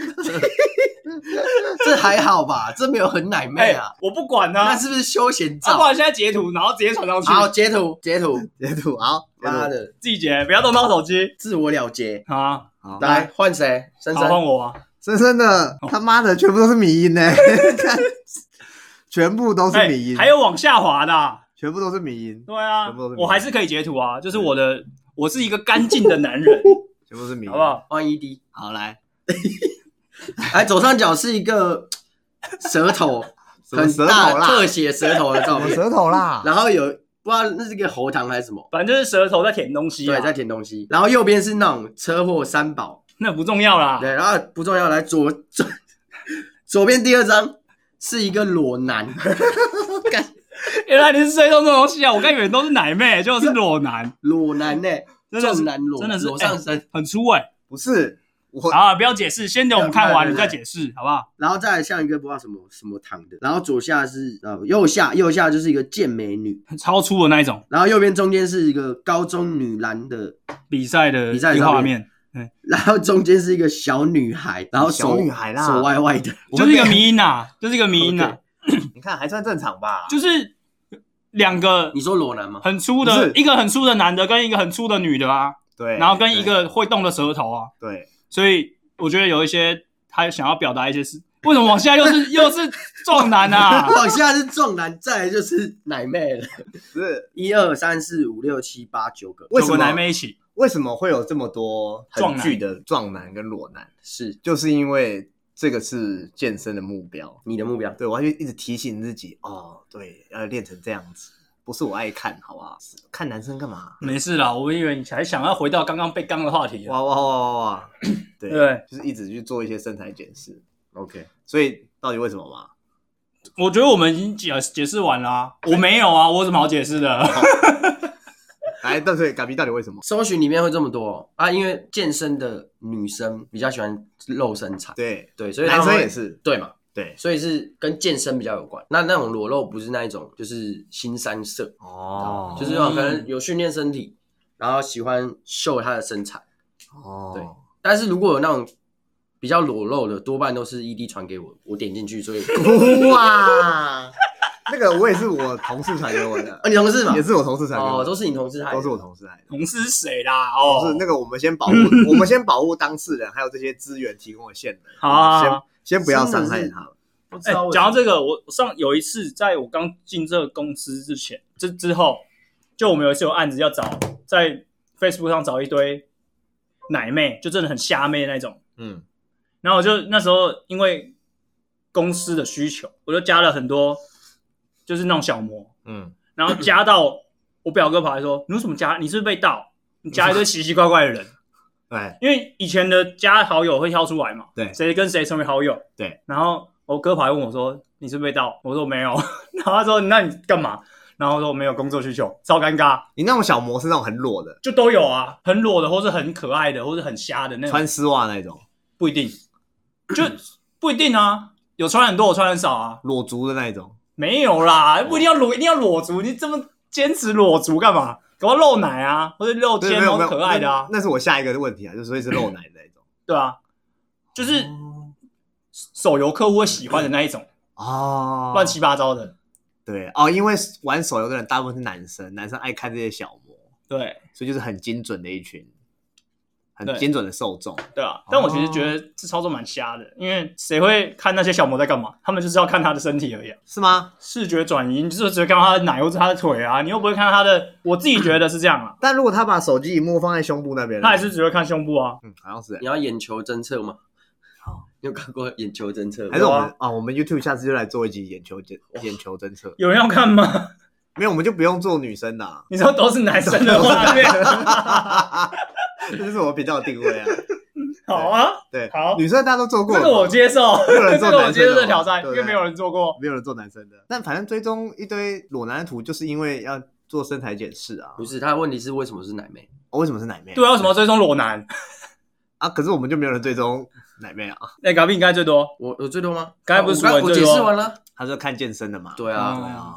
S3: 这还好吧？这 [laughs] 没有很奶
S4: 哎、
S3: 妹啊。
S4: 我不管他、
S3: 那
S4: 啊，
S3: 是不是休闲
S4: 他不
S3: 照？
S4: 然现在截图，然后直接传上去，
S3: 好，截图截图，
S2: 截图好，截
S3: 妈
S2: 图
S3: 的，
S4: 自己截，不要动到手机
S3: 自我了结。
S4: 好啊！
S2: 好，
S3: 来换谁？珊
S4: 好
S3: 珊
S4: 换我啊！
S2: 深深的他妈的全部都是迷音呢、 [laughs] 看全部都是
S4: 哎
S2: 迷音，
S4: 还有往下滑的啊、
S2: 全部都是迷音，
S4: 对啊
S2: 全部都是，迷因
S4: 我还是可以截图啊，就是我的，我是一个干净的男
S2: [laughs]
S4: 人，
S2: 全部都是迷音，
S4: 好不？好？
S3: 换 ED。
S2: 好来，
S3: 哎，左上角是一个舌头
S2: [laughs] 什么
S3: 很
S2: 舌
S3: 大
S2: 头啦？
S3: 特写舌头的照
S2: 什么
S3: 片，
S2: 舌头啦？
S3: 然后有不知道那是一个喉糖还是什么，
S4: 反正就是舌头在舔东西、啊，
S3: 对，在舔东西。然后右边是那种车祸三宝，
S4: 那不重要啦。
S3: 对，然后不重要。来左左 [laughs] 左边第二张是一个裸
S4: [laughs]
S3: 男，
S4: 原来你是追踪这种东西啊！我刚以为都是奶妹，结果是裸男，
S2: [laughs]
S3: 裸男呢，
S4: 真的是
S3: 重男裸
S4: 真的是
S3: 裸上身。
S4: 很粗哎、
S2: 不是我，
S4: 好啊，不要解释，先等我们看完
S3: 对
S4: 你
S3: 对对
S4: 再解释，好不好？
S3: 然后再来像一个不知道什么什么糖的，然后左下是呃右下右下就是一个健美女，
S4: 超粗的那一种
S3: 然后右边中间是一个高中女篮的，
S4: 比赛的
S3: 比赛的照片
S4: 画面，
S3: 然后中间是一个小女孩，然后手
S2: 小女孩啦
S3: 手歪歪的，
S2: 我
S4: 就
S2: 们
S4: 是一个迷音啊，就是一个迷音啊，
S2: 你看还算正常吧？
S4: 就是两个
S3: [laughs] 你说裸男吗？
S4: 很粗
S2: 不
S4: 的
S2: 是，
S4: 一个很粗的男的跟一个很粗的女的啊，
S2: 对，
S4: 然后跟一个会动的舌头啊，
S2: 对，
S4: 所以我觉得有一些他想要表达一些事，为什么往下又是又是壮男 [laughs] 啊？
S3: 往下是重男，再来就是奶妹了，
S2: 不是
S3: 一二三四五六七八九个，
S2: 为什
S4: 九
S2: 么
S4: 个男妹一起？
S2: 为什么会有这么多
S4: 壮
S2: 很
S4: 男
S2: 巨的壮男跟裸男？
S3: 是
S2: 就是因为这个是健身的目标。
S3: 你的目标？
S2: 对，我要去一直提醒自己，哦，对，要练成这样子，不是我爱看，好不好？看男生干嘛？
S4: 没事啦，我以为你还想要回到刚刚被刚的话题啊，
S2: 哇哇哇哇
S3: [clears throat]
S2: 哇！对，
S4: 对
S2: 就是一直去做一些身材检视。
S3: OK，
S2: 所以到底为什么嘛？
S4: 我觉得我们已经解解释完啦、我没有啊，我有什么好解释的？ [laughs]
S2: 来，到底嘎逼到底为什么？
S3: 搜寻里面会这么多、哦、啊，因为健身的女生比较喜欢露身材，
S2: 对，
S3: 对，所以他
S2: 男
S3: 们
S2: 生
S3: 会
S2: 也是，
S3: 对嘛，
S2: 对，
S3: 所以是跟健身比较有关。那那种裸露不是那一种，就是新三色，
S2: 哦
S3: 就是那种可能有训练身体，然后喜欢秀他的身材。
S2: 哦，
S3: 对但是如果有那种比较裸露的，多半都是 ED 传给我，我点进去，所
S2: [laughs]
S3: 以
S2: 哇， [laughs] 那个我也是我同事传给我
S3: 啊，
S4: [laughs]
S2: 的，
S3: 你同事嘛
S2: 也，是我同事传给我
S3: 哦，
S2: 的，
S3: 都是你同事害的，
S2: 都是我同事来的。
S4: 同事是谁啦？
S2: 不
S4: 哦，
S2: 是那个，我们先
S4: [laughs]
S2: 保护，我们先保护当事人，还有这些资源提供的线人，
S4: [laughs] 好啊好
S2: 先
S4: 啊
S2: 先不要伤害他们。
S3: 不知
S4: 哎
S3: 道为什么
S4: 讲到这个，我上有一次，在我刚进这个公司之前，之之后，就我们有一次有案子要找，在 Facebook 上找一堆奶妹，就真的很虾妹那种。
S2: 嗯，
S4: 然后我就那时候因为公司的需求，我就加了很多，就是那种小模，
S2: 嗯，
S4: 然后加到我表哥跑来说：“你为什么加？你是不是被盗？你加一堆奇奇怪怪的人。”
S2: 对，
S4: 因为以前的加好友会挑出来嘛，
S2: 对
S4: 谁跟谁成为好友，
S2: 对。
S4: 然后我哥跑来问我说：“你是不是被盗？”我说：“没有。”然后他说：“那你干嘛？”然后我说：“我没有工作需求。”超尴尬，
S2: 你那种小模是那种很裸的，
S4: 就都有啊，很裸的，或是很可爱的，或是很瞎的那种，
S2: 穿丝袜那种，
S4: 不一定，就不一定啊。有穿很多，有穿很少啊，
S2: 裸足的那种。
S4: 没有啦，不一定要裸，一定要裸足，你这么坚持裸足干嘛？搞不好露奶啊，或者露
S2: 对，
S4: 肩
S2: 没有
S4: 都
S2: 没有，
S4: 可爱的啊，
S2: 那。那是我下一个问题啊，就是所以是露奶的那种。
S4: 对啊，就是手游客户会喜欢的那一种。
S2: 哦，
S4: 乱七八糟的。
S2: 对哦，因为玩手游的人大部分是男生，男生爱看这些小模，
S4: 对
S2: 所以就是很精准的一群，很
S4: 对
S2: 精准的受众。
S4: 对啊，但我其
S2: 哦
S4: 实觉得这操作蛮瞎的，因为谁会看那些小模在干嘛？他们就是要看他的身体而已、啊，
S2: 是吗？
S4: 视觉转移，你就是只会看到他的奶或者他的腿啊，你又不会看到他的。我自己觉得是这样
S2: [laughs]
S4: 啊，
S2: 但如果他把手机荧幕放在胸部那边呢，
S4: 他还是只会看胸部啊。
S2: 嗯，好像是欸
S3: 你要眼球侦测吗？
S2: 好，
S3: 你有看过眼球侦测吗？
S2: 还是我们啊、我们 YouTube 下次就来做一集眼球检眼球侦测，
S4: 有人要看吗？
S2: 没有我们就不用做女生
S4: [laughs]，
S2: 啦
S4: 你说都是男生的
S2: [laughs]
S4: 画面，
S2: 这就是我频道的定位啊。
S4: 好啊，
S2: 对，
S4: 好
S2: 女生大家都做过
S4: 这
S2: 了嘛，
S4: 个我接受，
S2: 有人
S4: 这
S2: 做
S4: 个我
S2: 男生的
S4: 接受
S2: 嘛
S4: 这个挑战，
S2: 对不
S4: 因
S2: 对
S4: 为没有人做过。
S2: 没有人做男生的，但反正追踪一堆裸男的图，就是因为要做身材检视啊。
S3: 不是，他的问题是为什么是奶妹？
S2: 哦，为什么是奶妹？
S4: 对啊，为什么要追踪裸男？
S2: 啊，可是我们就没有人追踪奶妹啊，
S4: 那嘎比哎应该最多，
S3: 我我最多吗？
S4: 刚才不是
S3: 我
S4: 说
S3: 我
S4: 你最
S3: 解
S4: 多
S3: 释完了？
S2: 他说看健身的嘛。
S3: 对啊，
S4: 嗯
S2: 对啊，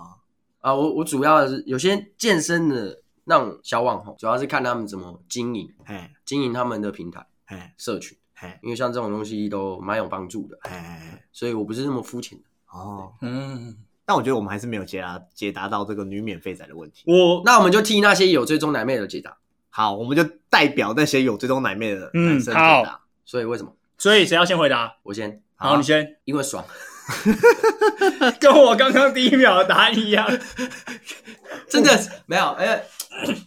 S3: 啊，我我主要是有些健身的那种小网红，主要是看他们怎么经营
S2: 哎
S3: 经营他们的平台
S2: 哎
S3: 社群，
S2: 哎
S3: 因为像这种东西都蛮有帮助的，
S2: 哎，
S3: 所以我不是那么肤浅的。
S2: 哦，
S4: 嗯，
S2: 但我觉得我们还是没有解答解答到这个女免费仔的问题。
S4: 我
S3: 那我们就替那些有追踪奶妹的解答。
S2: 好，我们就代表那些有追踪奶妹的男生解
S4: 嗯
S2: 答。
S3: 所以为什么
S4: 所以谁要先回答？
S3: 我先？
S4: 好，你先， [laughs]
S3: 因为爽，
S4: 跟我刚刚第一秒的答案一样。
S3: 真的是没有，哎，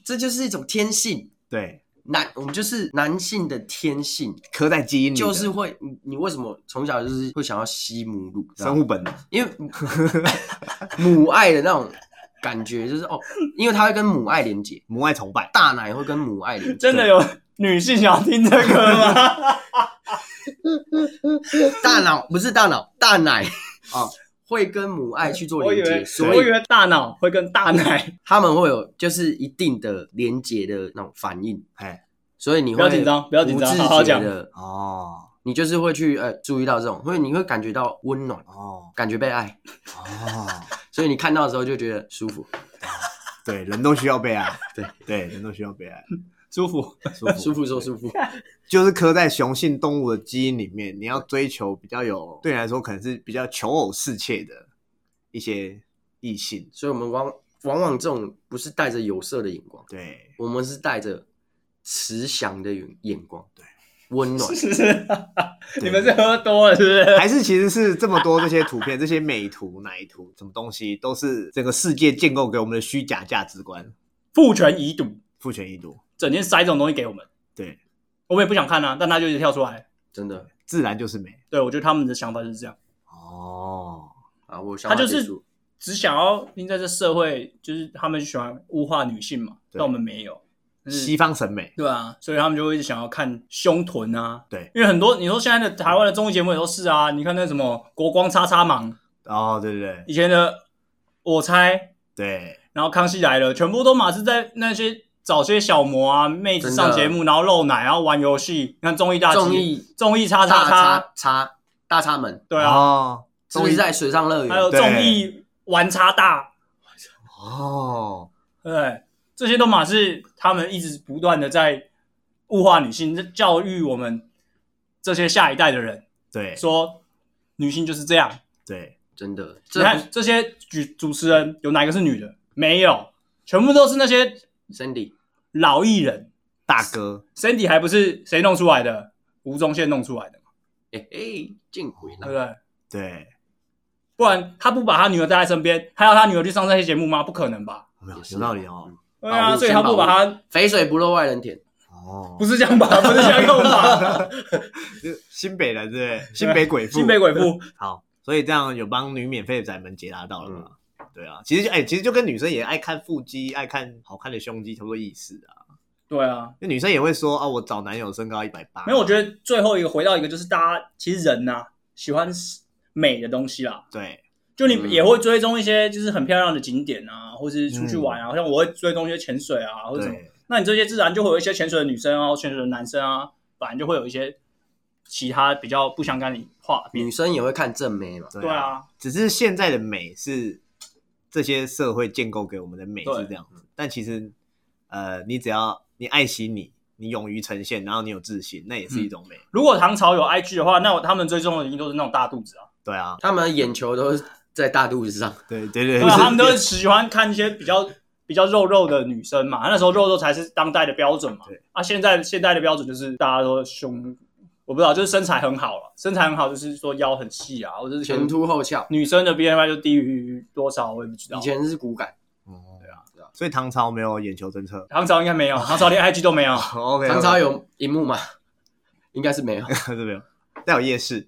S3: 这就是一种天性。
S2: 对，
S3: 男，我们就是男性的天性，
S2: 刻在基因里的，
S3: 就是会你你为什么从小就是会想要吸母乳？知道吗
S2: 生物本能。
S3: 因为
S4: [laughs]
S3: 母爱的那种感觉，就是哦，因为它会跟母爱连接，
S2: 母爱崇拜，
S3: 大奶会跟母爱连接，
S4: 真的有女性想要听这个吗？
S3: 大脑不是大脑，大奶啊、会跟母爱去做
S4: 哦 [laughs] 我以
S3: 连
S4: 为
S3: 接，所
S4: 我以
S3: 以
S4: 为大脑会跟大奶， [laughs]
S3: 他们会有就是一定的连接的那种反应，
S2: 哎，
S3: 所以你会
S4: 不要紧张不要紧张
S3: 不自觉
S4: 好好讲
S3: 的，
S2: 哦
S3: 你就是会去呃注意到这种，因为你会感觉到温暖，
S2: 哦
S3: 感觉被爱， [laughs]
S2: 哦，
S3: 所以你看到的时候就觉得舒服，
S2: 对，人都需要被爱，对对，人都需要被爱，
S4: 舒服。
S2: 舒服
S3: 舒服说舒服，
S2: [laughs] 就是刻在雄性动物的基因里面，你要追求比较有，对你来说可能是比较求偶侍妾的一些异性，
S3: 所以我们往往往这种不是带着有色的眼光。
S2: 对，
S3: 我们是带着慈祥的眼眼光，对，温暖。
S4: 是， [laughs] 你们是喝多了是不
S2: [laughs]
S4: 是？
S2: 还是其实是这么多这些图片、这些美图、奶图，什么东西都是整个世界建构给我们的虚假价值观，
S4: 父权遗毒，
S2: 父权一毒，
S4: 整天塞这种东西给我们，
S2: 对，
S4: 我们也不想看啊，但他就一直跳出来。
S3: 真的
S2: 自然就是美
S4: 对，我觉得他们的想法就是这样，
S2: 哦。
S3: 啊，我想
S4: 他
S3: 法
S4: 就
S3: 结
S4: 是
S3: 束。
S4: 只想要因在这社会，就是他们喜欢物化女性嘛，
S2: 对
S4: 但我们没有。就是
S2: 西方审美，
S4: 对啊，所以他们就会一直想要看胸臀啊。
S2: 对，
S4: 因为很多你说现在的台湾的综艺节目也都是啊，你看那什么国光叉叉忙，
S2: 哦，对对
S4: 以前的我猜，
S2: 对
S4: 然后康熙来了，全部都嘛是在那些找些小模啊妹子
S3: 真的
S4: 上节目，然后露奶，然后玩游戏。你看综艺大集
S3: 综艺
S4: 综艺叉
S3: 大
S4: 叉叉，
S3: 叉叉大叉门，
S4: 对
S2: 对，
S4: 啊，
S2: 哦
S3: 是不
S2: 综艺
S3: 是在水上乐
S4: 还有
S3: 园？
S2: 对
S4: 综艺玩叉大，
S2: 哦，
S4: 对，这些都嘛是他们一直不断的在物化女性，教育我们这些下一代的人。
S2: 对
S4: 说女性就是这样。
S2: 对，
S3: 真的，
S4: 你
S3: 这
S4: 看这些主主持人有哪个是女的？没有，全部都是那些
S3: Cindy
S4: 老艺人。
S2: 大哥
S4: Cindy 还不是谁弄出来的？吴宗宪弄出来的嘛，
S3: 哎哎，见鬼
S4: 对不
S3: 了！
S4: 对？
S2: 对，
S4: 不然他不把他女儿带在身边，他要他女儿去上这些节目吗？不可能吧？
S2: 有没有
S3: 也是
S2: 有道理哦
S4: 对
S3: 保
S4: 啊，
S3: 护
S4: 所以他不把他
S3: 肥水不落外人田，
S2: 哦，
S4: 不是这样吧？不是这样用
S3: [laughs]
S4: 吧？
S2: 是新北人对 [laughs] 不对？新北鬼父，
S4: 新北鬼父，
S2: 好，所以这样有帮女免费仔们解答到了
S3: 嗯
S2: 嘛？对啊，其实就哎、其实就跟女生也爱看腹肌、爱看好看的胸肌差不多意思啊。
S4: 对啊，
S2: 那女生也会说啊，我找男友身高一百八，
S4: 没有，我
S2: 得
S4: 觉得最后一个回到一个就是大家其实人呐、啊喜欢美的东西啦，
S2: 对
S4: 就你
S3: 嗯
S4: 也会追踪一些就是很漂亮的景点啊，或是出去
S3: 嗯
S4: 玩啊，像我会追踪一些潜水啊，或者什么。
S2: 对
S4: 那你这些自然就会有一些潜水的女生啊，潜水的男生啊，反正就会有一些其他比较不相干的话
S3: 女
S4: 题。
S3: 生也会看正妹嘛？
S4: 对，啊，
S2: 只是现在的美是这些社会建构给我们的美是这
S4: 嗯
S2: 样子，但其实呃，你只要你爱惜你，你勇于呈现，然后你有自信，那也
S4: 嗯
S2: 是一种美。
S4: 如果唐朝有 IG 的话，那我他们追踪的一定都是那种大肚子啊，
S2: 对啊，
S3: 他们眼球都在大肚子上，
S2: 对对对，
S4: 对啊，他们都
S2: 是
S4: 是喜欢看一些比较比较肉肉的女生嘛，那时候肉肉才是当代的标准嘛
S2: 对。
S4: 啊，现在现在的标准就是大家都胸，我不知道，就是身材很好了，身材很好就是说腰很细啊，或者是
S3: 前凸后翘，
S4: 女生的 BMI 就低于多少，我也不知道
S3: 以。前是骨感，
S2: 哦
S3: 对啊，对啊。
S2: 所以唐朝没有眼球侦 [laughs] 测。
S4: 唐朝应该没有，唐朝连 IG 都没有。
S2: OK，
S3: 唐朝有荧幕吗？应该是没有。
S2: [laughs] 这没有，但有夜市。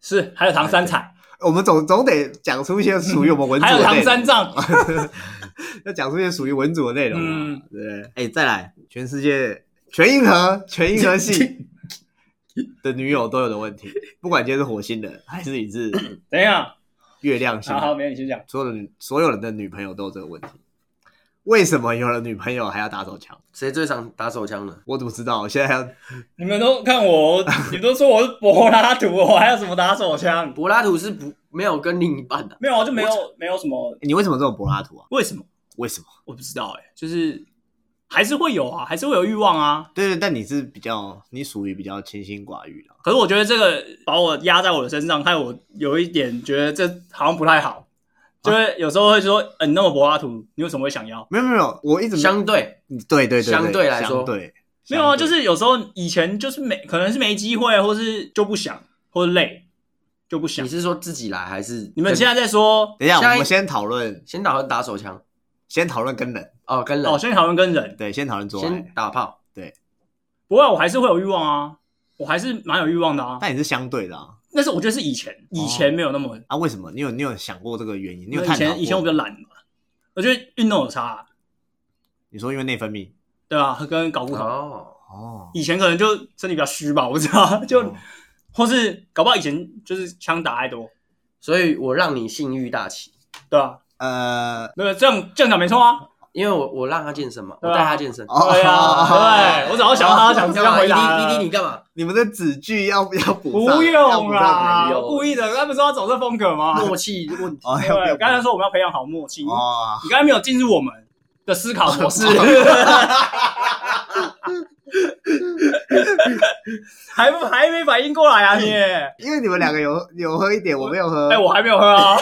S4: 是，还有唐三彩，
S2: 我们总总得讲出一些属于我们文组
S4: [laughs] 还
S2: 的
S4: 有
S2: 内容
S4: 唐三，藏。
S2: [laughs] 要讲出一些属于文组的内容嘛
S4: 嗯，
S2: 对不对？哎，再来，全世界全银河全银河系的女友都有的问题，不管今天是火星的还是你是
S4: 等一下，
S2: 月亮星
S4: 好
S2: 的，
S4: 好，没有，你先讲。
S2: 所有的所有人的女朋友都有这个问题。为什么有了女朋友还要打手枪？
S3: 谁最常打手枪的？
S2: 我怎么知道？我现在还要
S5: 你们都看我，你们都说我是柏拉图，我还有什么打手枪？
S3: 柏拉图是不没有跟另一半的、
S5: 没有啊，就没有没有什么。
S2: 你为什么这种柏拉图啊？
S4: 为什么？
S2: 为什么？
S4: 我不知道哎、就是还是会有啊，还是会有欲望啊。
S2: 对对，但你是比较，你属于比较清心寡欲的。啊
S4: 可是我觉得这个把我压在我的身上，害我有一点觉得这好像不太好，
S2: 啊
S4: 就是有时候会说，嗯、你那么柏拉图，你为什么会想要？
S2: 没有没有，我一直
S3: 相对
S2: 你对对对对，
S3: 相对来说
S2: 相对
S4: 没有啊，
S2: 相对
S4: 就是有时候以前就是没，可能是没机会，或是就不想，或者累，就不想
S3: 你。是说自己来还是
S4: 你们现
S3: 在
S4: 在在说
S2: 等一下，
S3: 下一
S2: 我们先讨论，
S3: 先打打手枪
S2: 先讨论跟人，
S3: 哦？跟人、
S4: 哦，先讨论跟人，
S2: 对，先讨论做
S3: 先
S2: 爱。
S3: 打炮，
S4: 不过我还是会有欲望啊，我还是蛮有欲望的啊。
S2: 但你是相对的啊，
S4: 但是我觉得是以前，以前没有那么，
S2: 啊，为什么？你有你有想过这个原因？你
S4: 因
S2: 有
S4: 为以
S2: 探讨过
S4: 前以前我比较懒嘛，我觉得运动有差啊、
S2: 你说因为内分泌
S4: 对吧、跟搞不同，
S3: 哦，
S2: 哦，
S4: 以前可能就身体比较虚吧，我不知道， [laughs] 就、
S2: 哦
S4: 或是搞不好以前就是枪打太多，
S3: 所以我让你性欲大起，
S4: 对吧、
S2: 呃
S4: 那个这样这样讲没错啊，
S3: 因为我我让他健身嘛，我
S4: 对啊
S3: 带他健身。
S2: 哦，
S4: 对啊，
S3: 哦
S4: 对我只要想到他想
S3: 你
S4: 这
S3: 干
S4: 样
S3: 嘛？
S4: 回
S3: 滴滴
S4: 答
S3: 滴，你干嘛？
S2: 你们的子句要不要补上？
S4: 不
S2: 要
S4: 用
S2: 补上
S4: 啦
S2: 没有，
S4: 故意的，他们说要走这风格吗？
S3: 默契问题。
S2: 哦，要不要
S4: 对，我
S2: 补
S4: 刚才说我们要培养好默契，你
S2: 哦，
S4: 刚才没有进入我们的思考模式， [laughs] 还不还没反应过来啊你？哎、
S2: 因为你们两个有有喝一点，我没有喝，
S4: 我还没有喝啊，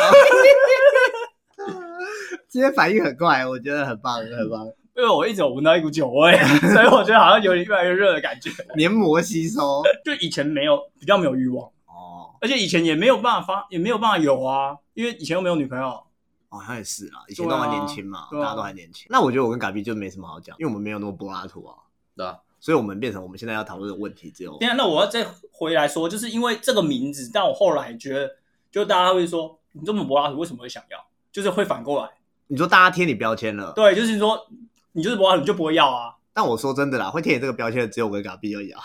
S2: 今天反应很快，我觉得很棒，很棒，
S4: 因为我一直有闻到一股酒味，所以我觉得好像有点越来越热的感觉。
S2: 黏膜吸收。
S4: 就以前没有比较没有欲望，
S2: 哦，
S4: 而且以前也没有办法发，也没有办法有啊，因为以前又没有女朋友。
S2: 好像也是啊啦，以前都还年轻嘛，
S4: 对啊
S2: 大家都还年轻。那我觉得我跟嘎比就没什么好讲，因为我们没有那么柏拉图啊，
S3: 对啊，
S2: 所以我们变成我们现在要讨论的问题只有
S4: 等一下，啊那我要再回来说，就是因为这个名字，但我后来觉得，就大家会说你这么柏拉图为什么会想要？就是会反过来，
S2: 你说大家贴你标签了，
S4: 对，就是说你就是柏拉图你就不会要啊。
S2: 但我说真的啦，会贴你这个标签的只有我跟嘎比而已啊，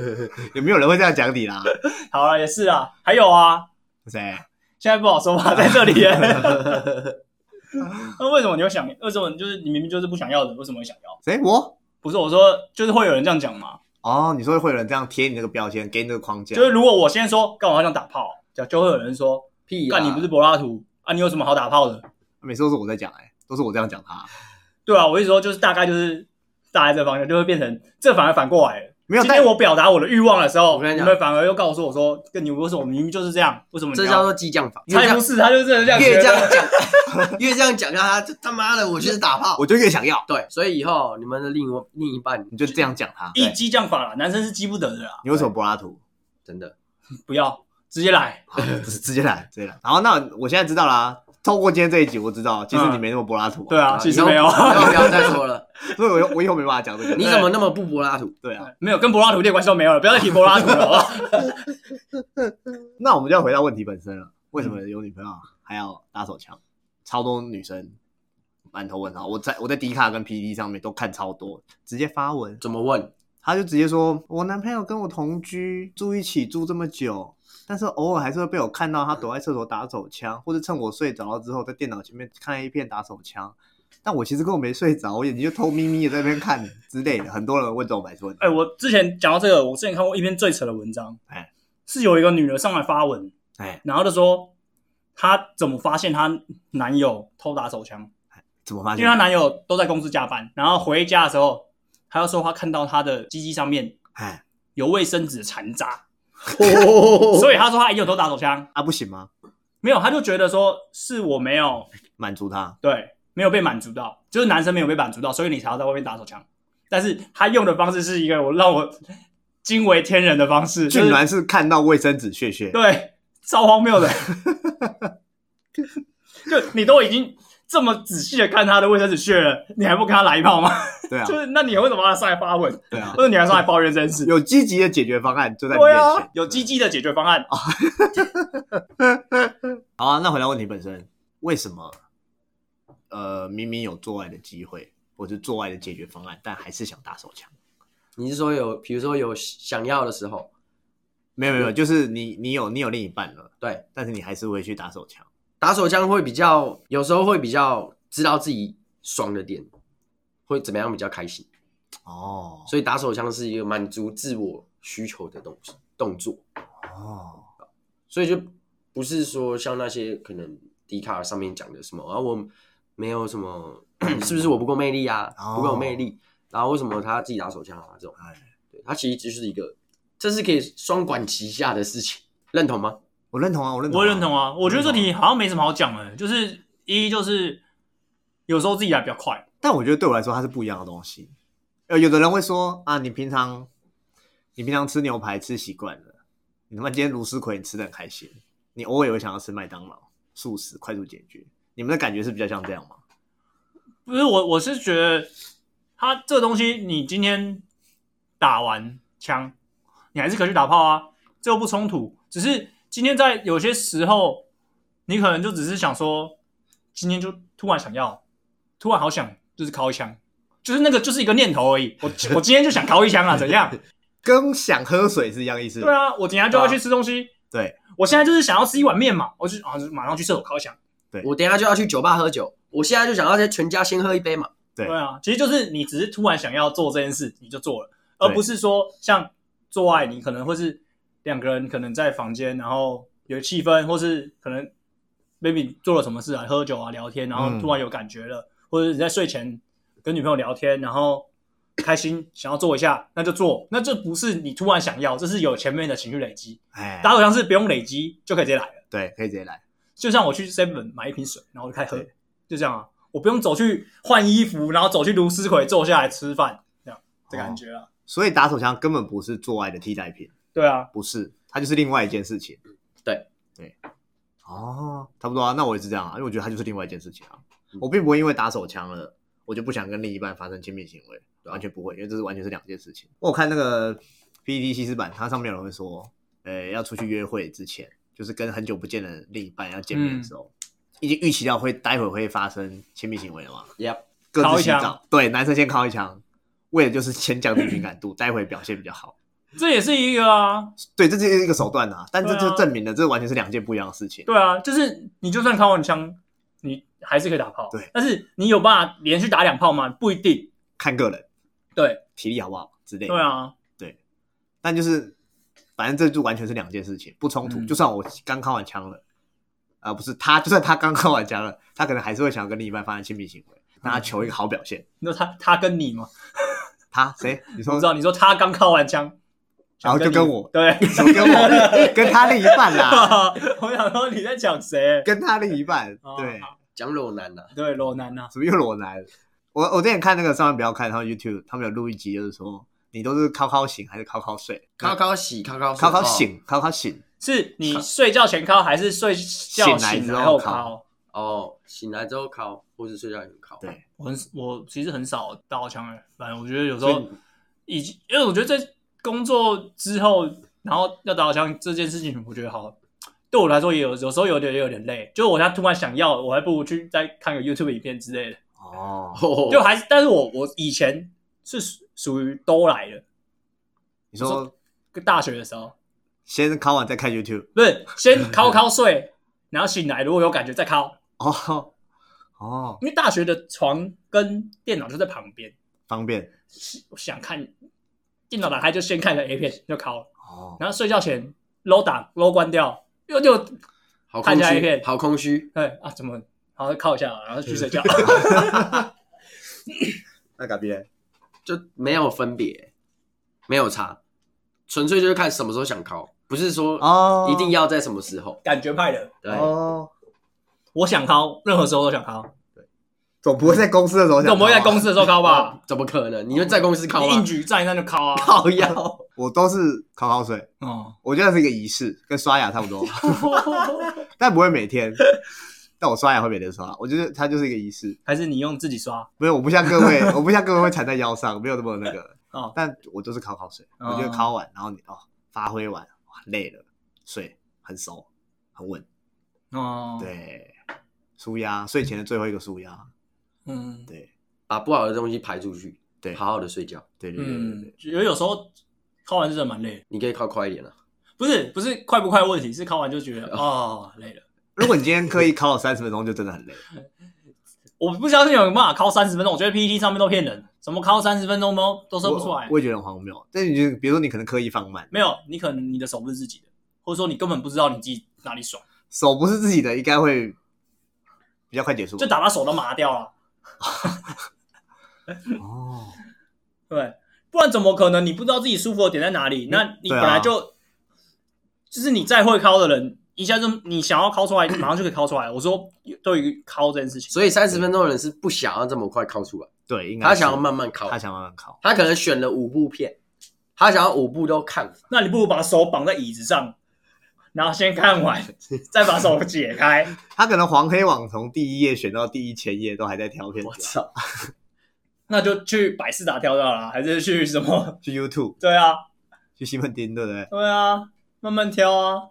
S2: [laughs] 有没有人会这样讲你啦？
S4: 好了，也是啊，还有啊，
S2: 谁？
S4: 现在不好说吧，在这里耶。 [laughs] 那为什么你会想？为什么你就是你明明就是不想要的，为什么会想要？
S2: 谁？我？
S4: 不是我说，就是会有人这样讲嘛。
S2: 哦，你说会有人这样贴你这个标签，给你这个框架？
S4: 就是如果我先说，干我好想打炮，啊就就会有人说，
S3: 屁啊啦！
S4: 干你不是柏拉图啊，你有什么好打炮的？
S2: 每次都是我在讲，哎，都是我这样讲他。
S4: 对啊，我一直说就是大概就是大概这方向，就会变成这反而反过来了。
S2: 没有，
S4: 今
S2: 但
S4: 天我表达我的欲望的时
S3: 我
S4: 候，
S3: 跟你
S4: 你
S3: 讲
S4: 们反而又告诉我说，跟你为什么明明就是这样，为什么你
S3: 这叫
S4: 要？
S3: 做激将法。越这
S4: 才不
S3: 样
S4: 是，他就是真的这样
S3: 越
S4: 觉
S3: 这
S4: 得。
S3: 样讲， [laughs] 越这样讲他他他妈的，我就是打炮。
S2: 我就越想要，
S3: 对，所以以后你们的另一另一半
S2: 你就这样讲他。
S4: 一激将法啦，男生是激不得的啦，
S2: 你为什么柏拉图？
S3: 真的
S4: 不要直接来。
S2: 好直直接来，直接来。然后那我现在知道啦，透过今天这一集，我知道其实你没那么柏拉图、
S4: 嗯对啊，其实
S3: 以后
S4: 没有，
S3: 以后不哦要再说了。
S2: 所以我又我以后没办法讲这个。
S3: 你怎么那么不柏拉图？
S2: 对啊？
S4: [laughs] 没有跟柏拉图一点关系都没有了，不要再提柏拉图了 [laughs] 好不好。
S2: 那我们就要回到问题本身了，为什
S4: 嗯
S2: 么有女朋友啊还要打手枪？超多女生满头问号，我在我在迪卡跟 P D 上面都看超多，直接发文，
S3: 怎么问？
S2: 他就直接说我男朋友跟我同居，住一起住这么久。但是偶尔还是会被我看到他躲在厕所打手枪，或者趁我睡着了之后，在电脑前面看一片打手枪。但我其实根本没睡着，我眼睛就偷眯眯的在那边看之类的。很多人问这种白痴问题
S4: 哎，我之前讲到这个，我之前看过一篇最扯的文章，
S2: 哎
S4: 是有一个女的上来发文，
S2: 哎，
S4: 然后就说她怎么发现她男友偷打手枪，
S2: 怎么发
S4: 因
S2: 现
S4: 为她？男友都在公司加班，然后回家的时候，她又说她看到她的鸡鸡上面 [laughs]
S2: 哎， [laughs]
S4: 有卫生纸的残渣，
S2: 哦
S3: 所
S4: 所以她说她一定有偷打手枪，
S2: 啊，不行吗？
S4: 没有，她就觉得说是我没有
S2: 满足他，
S4: 对没有被满足到，就是男生没有被满足到，所以你才要在外面打手枪，但是她用的方式是一个我让我惊为天人的方式，就
S2: 竟
S4: 是
S2: 然是看到卫生纸屑屑。
S4: 对，超荒谬的。就你都已经这么仔细的看他的卫生纸屑了，你还不跟他来一炮吗？ [laughs]
S2: 对啊
S4: 就，是那你为什么要上来发问，
S2: 对啊，
S4: 或者你还上来抱怨这件事？
S2: 有积极的解决方案就在你
S4: 对
S2: 面
S4: 啊
S2: 前，。哦
S4: 有积极的解决方案。
S2: 好啊，那回到问题本身，为什么呃明明有做爱的机会，或是做爱的解决方案，但还是想打手枪？
S3: 你是说有，比如说有想要的时候，
S2: 没有没有，就是你你有你有另一半了，
S3: 对，
S2: 但是你还是会去打手枪。
S3: 打手枪会比较，有时候会比较知道自己爽的点，会怎么样比较开心。
S2: 哦
S3: 所以打手枪是一个满足自我需求的动动作，
S2: 哦，
S3: 所以就不是说像那些可能迪卡尔上面讲的什么啊，我没有什么， [coughs] 是不是我不够魅力啊，
S2: 哦
S3: 不够有魅力，然后为什么他自己打手枪啊这种
S2: 哎，
S3: 对他其实就是一个，这是可以双管齐下的事情，认同吗？
S2: 我认同啊，我认同、啊，
S4: 我也认同啊，我觉得这题好像没什么好讲的，就是一就是有时候自己来比较快，
S2: 但我觉得对我来说，它是不一样的东西。呃，有的人会说啊，你平常你平常吃牛排吃习惯了，你他妈今天卢斯奎你吃的很开心，你偶尔也会想要吃麦当劳、素食，快速解决。你们的感觉是比较像这样吗？
S4: 不是我我是觉得他这东西你今天打完枪，你还是可以去打炮啊，这又不冲突，只是今天在有些时候，你可能就只是想说，今天就突然想要，突然好想就是敲一枪。就是那个，就是一个念头而已。我 [laughs] 我今天就想敲一枪啊，怎样？
S2: 跟想喝水是一样意思。
S4: 对啊，我等一下就要去吃东西，
S2: 对
S4: 啊我现在就是想要吃一碗面嘛，我就啊，就马上去厕所敲响。
S2: 对
S3: 我等一下就要去酒吧喝酒，我现在就想要在全家先喝一杯嘛，
S2: 对
S4: 对啊，其实就是你只是突然想要做这件事，你就做了，而
S2: 对
S4: 不是说像做爱，你可能会是两个人可能在房间，然后有气氛，或是可能 maybe 做了什么事啊，喝酒啊，聊天，然后
S2: 嗯
S4: 突然有感觉了，或者你在睡前跟女朋友聊天，然后开心想要做一下，那就做，那这不是你突然想要，这是有前面的情绪累积。
S2: 哎，
S4: 打手枪是不用累积就可以直接来了。
S2: 对，可以直接来。
S4: 就像我去 Seven 买一瓶水，然后我就开始喝
S2: 对，
S4: 就这样啊，我不用走去换衣服，然后走去卢思奎坐下来吃饭，这样这
S2: 哦
S4: 感觉啊，
S2: 所以打手枪根本不是做爱的替代品，
S4: 对啊，
S2: 不是，它就是另外一件事情。
S3: 嗯对
S2: 对，哦，差不多啊。那我也是这样啊，因为我觉得它就是另外一件事情啊
S3: 嗯。
S2: 我并不会因为打手枪了，我就不想跟另一半发生亲密行为，
S3: 对啊
S2: 完全不会，因为这是完全是两件事情。我有看那个 PPT 西施版，它上面有人会说，呃，要出去约会之前，就是跟很久不见的另一半要见面
S3: 嗯
S2: 的时候，已经预期到会待会会发生亲密行为了嘛，
S3: Yep
S2: 各
S4: 敲
S2: 自
S4: 一
S2: 洗
S4: 枪
S2: 澡，对，男生先敲一枪，为的就是先降低敏
S3: [laughs]
S2: 感度，待会表现比较好。
S4: 这也是一个啊，
S2: 对，这是一个手段啊，但这
S4: 对
S2: 就
S4: 啊
S2: 证明了，这完全是两件不一样的事情。
S4: 对啊，就是你就算开完枪，你还是可以打炮，
S2: 对
S4: 但是你有办法连续打两炮吗？不一定，
S2: 看个人
S4: 对，
S2: 体力好不好之类的。
S4: 对，啊，
S2: 但就是反正这就完全是两件事情，不冲突。
S4: 嗯
S2: 就算我刚开完枪了，啊、不是他，就算他刚开完枪了，他可能还是会想要跟另一半发生亲密行为，让他求一个好表现。
S4: 你说他他跟你吗？
S2: 他谁？你
S4: 我
S2: 说
S4: 知道你说他刚开完枪，
S2: 然后就
S4: 想
S2: 跟
S4: 你
S2: 我
S4: 对， [laughs]
S2: 什么跟我跟他另一半啦，
S4: 我想说你在讲谁？
S2: 跟他另一半
S4: [laughs] 哦，
S2: 对，
S3: 讲裸男啊呐、
S4: 对，啊罗南呐，
S2: 什么又裸男？我我之前看那个上面不要看，他们 YouTube 他们有录一集，就是说你都是靠靠醒还是靠靠睡？
S3: 靠靠洗，靠靠睡
S2: 靠靠
S3: 哦
S2: 醒，靠靠醒。
S4: 是你睡觉前敲还是睡觉
S2: 醒来
S4: 醒
S2: 之
S4: 来
S2: 后
S4: 后
S2: 敲
S4: 敲？
S3: 哦，醒来之后靠，或是睡觉前靠。
S2: 对
S4: 我很我其实很少打好枪的，反正我觉得有时
S3: 所以
S4: 候
S3: 你
S4: 已经，因为我觉得在工作之后，然后要打好枪这件事情，我觉得好对我来说也有有时候有点有点累，就是我现在突然想要，我还不如去再看个 YouTube 影片之类的，
S2: 哦，
S3: 哦
S4: 就还是，但是我我以前是属属于都来的，
S2: 你
S4: 我
S2: 说
S4: 说跟大学的时候
S2: 先考完再看 YouTube
S4: 不是先敲敲睡，然后醒来如果有感觉再敲，
S2: 哦哦，
S4: 因为大学的床跟电脑就在旁边，
S2: 方便
S4: 我想看电脑打开就先看个 A 片就敲了。
S2: 哦，
S4: 然后睡觉前 low 打 low 关掉，又又
S3: 好
S4: 看
S3: 空
S4: 起来一
S3: 虚，
S4: 片
S3: 好空虚。
S4: 哎啊怎么，然后靠一下，然后去睡
S2: [laughs]
S4: 觉。
S2: 那改变
S3: 就没有分别，没有差，纯粹就是看什么时候想考，不是说
S2: 哦，
S3: 一定要在什么时候。
S4: 感觉派的，
S3: 对，
S2: 哦，
S4: 我想敲，任何时候都想敲，
S2: 总不会在公司的时候想，
S4: 那我们会在公司的时候敲吧？
S3: 怎么可能？你就在公司
S2: 啊
S3: 啊考
S4: 你应
S3: 吗？
S4: 举站一站就敲啊。
S3: 靠腰，
S2: 我都是考考水，
S4: 哦，
S2: 我觉得是一个仪式，跟刷牙差不多，但不会每天。但我刷牙会每天刷，我觉得它就是一个仪式。
S4: 还是你用自己刷？
S2: 没有，我不像各位，我不像各位会缠在腰上，没有那么那个。
S4: 哦
S2: 但我都是考考水，
S4: 哦
S2: 我觉得考完，然后你哦发挥完，哇累了，睡很熟，很稳，
S4: 哦，，
S2: 对，舒压，睡前的最后一个舒压，
S4: 嗯
S2: 对，
S3: 把不好的东西排出去，
S2: 对
S3: 好好的睡觉。
S2: 对对对对
S4: 嗯
S2: 对，，
S4: 因为有时候敲完是真的蛮累的，
S3: 你可以考快一点啊。
S4: 不是不是快不快的问题，是敲完就觉得哦累了。
S2: 如果你今天刻意考到三十分钟，就真的很累。
S4: 我不相信有人办法靠三十分钟，我觉得 PPT 上面都骗人，怎么靠三十分钟都都 [laughs] 说不出来
S2: 我。我也觉得很荒谬。但你就比如说你可能刻意放慢，
S4: 没有，你可能你的手不是自己的，或者说你根本不知道你自己哪里爽，
S2: 手不是自己的，应该会比较快结束吧。
S4: 就打到手都麻掉了，
S2: 哦，
S4: 对不对，不然怎么可能你不知道自己舒服的点在哪里？那你
S2: 对
S4: 本
S2: 啊
S4: 来就、就是你再会敲的人，一下就你想要敲出来，马上就可以敲出来。我说对于敲这件事情，
S3: 所以三十分钟的人是不想要这么快靠出来，
S2: 对，应该
S3: 他
S2: 是
S3: 想要慢慢靠，
S2: 他想慢慢考，
S3: 他可能选了五部片，他想要五部都看完。
S4: 那你不如把手绑在椅子上，然后先
S2: [laughs]
S4: 看完，再把手解开。
S2: 他可能黄黑网从第一页选到第一千页都还在挑片
S3: 我
S2: 子啊，
S3: 操！
S4: 那就去百事达跳跳啦，还是去什么？
S2: 去 YouTube
S4: 对啊，
S2: 去西门町，对不对？
S4: 对啊，慢慢挑啊，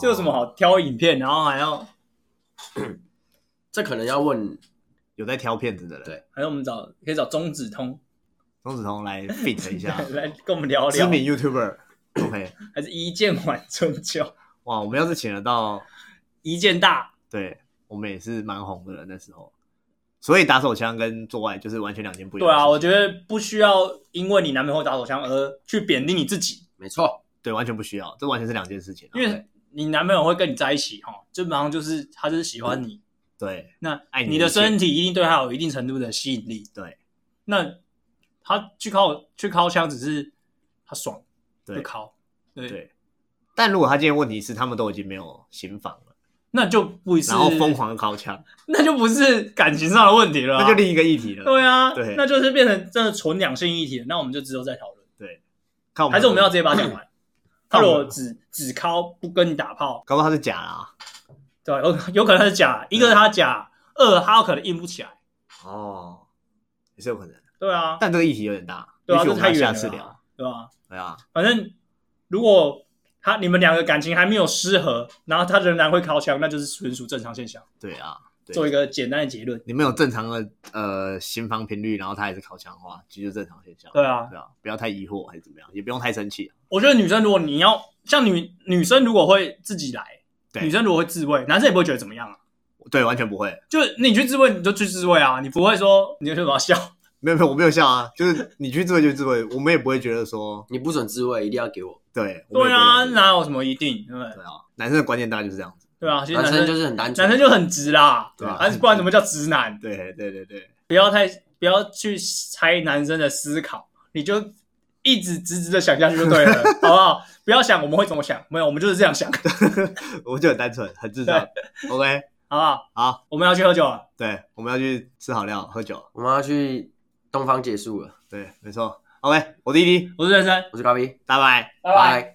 S4: 这有什么
S2: 哦？
S4: 好挑影片，然后还要
S3: 这可能要问
S2: 有在挑片子的人，
S3: 对
S4: 还是我们找可以找中
S2: [laughs]
S4: 指通
S2: 钟子通来 fit
S4: [laughs]
S2: 一下
S4: 来，来跟我们聊
S2: 知
S4: 聊，
S2: 名 YouTuber。OK，
S4: 还是一键玩春秋，
S2: 哇，我们要是请得到，
S4: [laughs] 一键大
S2: 对我们也是蛮红的人那时候，所以打手枪跟做爱就是完全两件不一
S4: 对
S2: 样的事
S4: 啊，
S2: 情。
S4: 我觉得不需要因为你男朋友打手枪而去贬低你自己，
S3: 没错，
S2: 对完全不需要，这完全是两件事情啊。
S4: 因为你男朋友会跟你在一起哈，基本上就是他就是喜欢你，
S2: 对
S4: 那
S2: 爱你
S4: 你的
S2: 一切
S4: 身体一定对他有一定程度的吸引力，
S2: 对，
S4: 那他去靠去靠枪只是他爽，
S2: 对
S4: 就靠，对，
S2: 对，但如果他今天问题是他们都已经没有刑房了，
S4: 那就不是
S2: 然后疯，狂的靠枪，
S4: 那就不是感情上的问题了啊、
S2: 那就另一个议题了。
S4: 对啊，
S2: 对
S4: 那就是变成真的纯两性议题了。那我们就之后再讨论，
S2: 看我们
S4: 还是我们要直接把它讲完。他如
S2: 看我
S4: 果
S2: 们
S4: 只只靠不跟你打炮，
S2: 搞不好他是假啊啦。
S4: 对吧？有有可能他是假，一个是他假，二他有可能硬不起来。
S2: 哦，也是有可能。
S4: 对啊，
S2: 但这个议题有点大，
S4: 对
S2: 也
S4: 啊，
S2: 许
S4: 这
S2: 我们要
S4: 太
S2: 下
S4: 远
S2: 次
S4: 了
S2: 聊
S4: 啊，。对吧？
S2: 对啊，
S4: 反正如果他你们两个感情还没有失和，然后他仍然会靠墙，那就是纯属正常现象。
S2: 对啊，对
S4: 做一个简单的结论。
S2: 你们有正常的呃刑房频率，然后他也是靠枪的话，其实就正常现象。
S4: 对啊，
S2: 对啊，不要太疑惑还是怎么样，也不用太生气啊。
S4: 我觉得女生如果你要像女女生如果会自己来，
S2: 对
S4: 女生如果会自慰，男生也不会觉得怎么样啊。
S2: 对，完全不会，
S4: 就是你去自慰，你就去自慰啊，你不会说你就把它笑。
S2: 没有没有，我没有笑啊，就是你去自慰就自慰，我们也不会觉得说，
S3: 你不准自慰，一定要给我。
S2: 对，我们也不
S4: 对
S2: 会
S4: 啊，
S2: 觉得
S4: 哪有什么一定，对不对？
S2: 对啊，男生的观念大概就是这样子。
S4: 对啊，其实
S3: 男
S4: 男
S3: 生
S4: 生
S3: 就是很单纯，
S4: 男生就很直啦，
S2: 对啊
S4: 还是不然什么叫直男？
S2: 对对对对，
S4: 不要太不要去猜男生的思考，你就一直直直的想下去就对
S2: [laughs]
S4: 了，好不好？不要想我们会怎么想，没有，我们就是这样想，好
S2: 我就很单纯，很智障。OK，
S4: 不好？
S2: 好，
S4: 我们要去喝酒了，
S2: 对，我们要去吃好料，喝酒。
S3: 我们要去东方结束了，
S2: 对，没错。OK，我是滴滴，E
S4: 我是人生，
S3: 我是咖啡，
S2: 拜拜。
S4: 拜拜。。